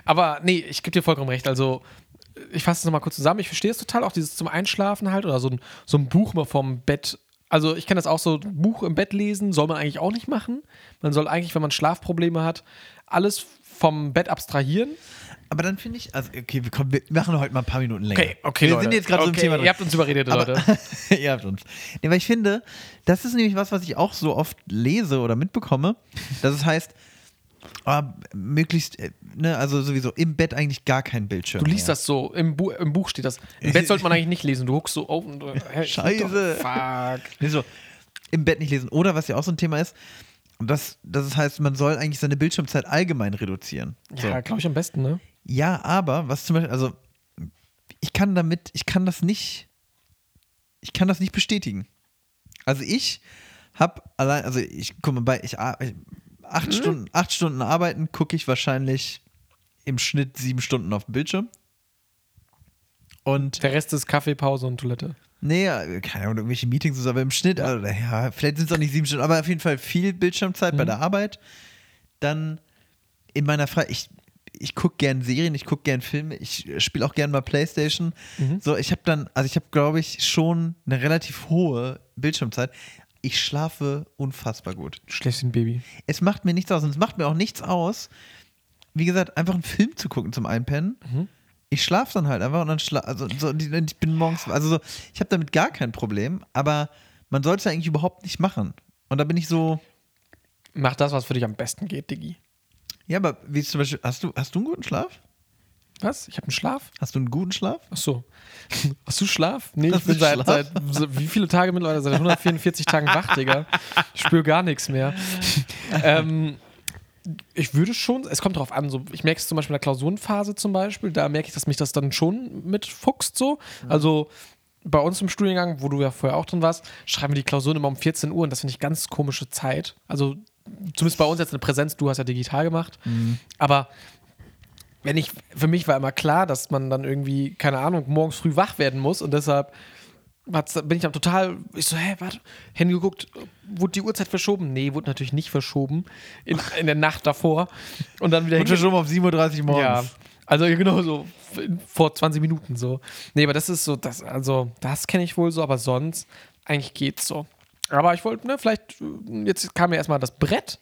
S3: Aber nee, ich gebe dir vollkommen recht. Also ich fasse es nochmal kurz zusammen. Ich verstehe es total, auch dieses zum Einschlafen halt oder so ein, so ein Buch mal vom Bett. Also ich kenne das auch so, ein Buch im Bett lesen soll man eigentlich auch nicht machen. Man soll eigentlich, wenn man Schlafprobleme hat, alles vom Bett abstrahieren.
S2: Aber dann finde ich, also okay, wir, kommen, wir machen heute mal ein paar Minuten länger. Wir
S3: Leute.
S2: sind jetzt gerade so im
S3: Okay,
S2: Thema drin.
S3: Ihr habt uns überredet,
S2: Aber-
S3: Leute.
S2: *laughs* ihr habt uns. Nee, weil ich finde, das ist nämlich was, was ich auch so oft lese oder mitbekomme, dass es heißt, ah, möglichst, äh, ne, also sowieso im Bett eigentlich gar kein Bildschirm.
S3: Du liest
S2: mehr.
S3: das so, im, Bu im Buch steht das. Im Bett sollte man eigentlich nicht lesen. Du guckst so auf und. äh, hey,
S2: Scheiße.
S3: Fuck.
S2: Nee, so, im Bett nicht lesen. Oder was ja auch so ein Thema ist, dass, dass es heißt, man soll eigentlich seine Bildschirmzeit allgemein reduzieren. so.
S3: Ja, glaube ich am besten, ne?
S2: Ja, aber was zum Beispiel, also ich kann damit, ich kann das nicht, ich kann das nicht bestätigen. Also ich habe allein, also ich guck mal bei, ich, ar- ich acht Stunden, acht Stunden arbeiten gucke ich wahrscheinlich im Schnitt sieben Stunden auf dem Bildschirm. Und
S3: Der Rest ist Kaffee, Pause und Toilette.
S2: nee, ja, keine Ahnung, irgendwelche Meetings und so, aber im Schnitt, also, ja, vielleicht sind es auch nicht sieben Stunden, aber auf jeden Fall viel Bildschirmzeit bei der Arbeit. Dann in meiner Freizeit, ich, ich gucke gern Serien, ich gucke gern Filme, ich spiele auch gern mal Playstation. So, ich habe dann, also ich habe, glaube ich, schon eine relativ hohe Bildschirmzeit. Ich schlafe unfassbar gut.
S3: Schläfst wie ein Baby.
S2: Es macht mir nichts aus und es macht mir auch nichts aus, wie gesagt, einfach einen Film zu gucken zum Einpennen. Ich schlafe dann halt einfach und dann schla also so, und ich bin morgens, also so, ich habe damit gar kein Problem, aber man sollte es eigentlich überhaupt nicht machen. Und da bin ich so,
S3: Mach das, was für dich am besten geht, Diggi.
S2: ja, aber wie zum Beispiel, hast du, hast du einen guten Schlaf?
S3: Was? Ich habe einen Schlaf?
S2: Hast du einen guten Schlaf?
S3: Ach so. *laughs* Hast du Schlaf? Nee, ich
S2: Hast
S3: bin
S2: du
S3: seit,
S2: Schlaf?
S3: seit so- wie viele Tage mittlerweile? Seit 144 Tagen wach, Digga. Ich spüre gar
S2: *laughs*
S3: nichts mehr. ähm, ich würde schon, es kommt drauf an, so, ich merke es zum Beispiel in der Klausurenphase zum Beispiel, da merke ich, dass mich das dann schon mitfuchst so.
S2: Mhm.
S3: Also bei uns im Studiengang, wo du ja vorher auch drin warst, schreiben wir die Klausuren immer um 14 Uhr und das finde ich ganz komische Zeit. Also zumindest bei uns jetzt eine Präsenz, du hast ja digital gemacht,
S2: Mhm.
S3: aber wenn ich, für mich war immer klar, dass man dann irgendwie, keine Ahnung, morgens früh wach werden muss und deshalb hat's, bin ich dann total, ich so, hä, warte, Handy geguckt, wurde die Uhrzeit verschoben? Nee, wurde natürlich nicht verschoben, in, in der Nacht davor und dann wieder
S2: Und wir schon mal auf 7.30 Uhr morgens.
S3: ja, also genau so in- vor 20 Minuten so. Nee, aber das ist so, das, also das kenne ich wohl so, aber sonst eigentlich geht's so. Aber ich wollte, ne, vielleicht, äh, jetzt kam ja erstmal das Brett,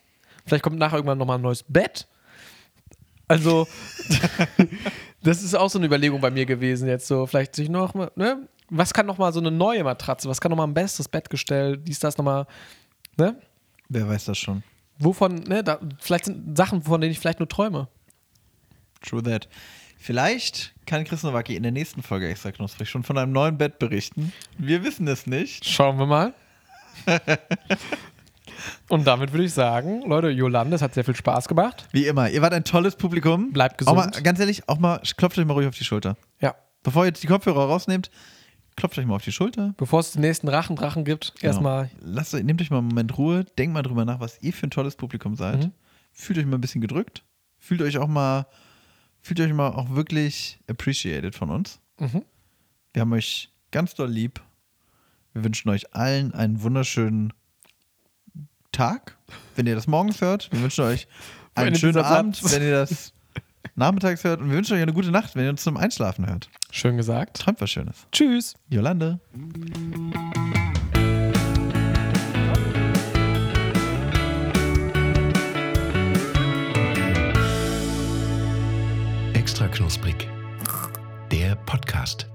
S3: vielleicht kommt nachher irgendwann nochmal ein neues Bett. Also, *laughs* das ist auch so eine Überlegung bei mir gewesen jetzt so, vielleicht sich noch mal, ne, was kann nochmal so eine neue Matratze, was kann nochmal ein besseres Bettgestell, dies, das nochmal, ne,
S2: Wer weiß das schon?
S3: wovon, ne, da, vielleicht sind Sachen, von denen ich vielleicht nur träume.
S2: True that. Vielleicht kann Chris Nowacki in der nächsten Folge extra knusprig schon von einem neuen Bett berichten. Wir wissen es nicht.
S3: Schauen wir mal. Und damit würde ich sagen, Leute, Jolande, es hat sehr viel Spaß gemacht.
S2: Wie immer, ihr wart ein tolles Publikum.
S3: Bleibt gesund.
S2: Auch mal, ganz ehrlich, auch mal klopft euch mal ruhig auf die Schulter.
S3: Ja.
S2: Bevor ihr jetzt die Kopfhörer rausnehmt, klopft euch mal auf die Schulter.
S3: Bevor es den nächsten Rachendrachen gibt, erstmal
S2: Genau. Lasst, euch- nehmt euch mal einen Moment Ruhe, denkt mal drüber nach, was ihr für ein tolles Publikum seid.
S3: Mhm.
S2: Fühlt euch mal ein bisschen gedrückt. Fühlt euch auch mal, fühlt euch mal auch wirklich appreciated von uns.
S3: Mhm.
S2: Wir haben euch ganz doll lieb. Wir wünschen euch allen einen wunderschönen Tag, wenn ihr das morgens hört. Wir wünschen
S3: *laughs*
S2: euch einen
S3: Ende
S2: schönen
S3: dieser
S2: Abend,
S3: Satz.
S2: wenn ihr
S3: *laughs*
S2: das nachmittags hört. Und wir wünschen euch eine gute Nacht, wenn ihr uns zum Einschlafen hört.
S3: schön gesagt.
S2: Träumt was Schönes.
S3: Tschüss.
S2: Jolande.
S1: Extra knusprig. Der Podcast.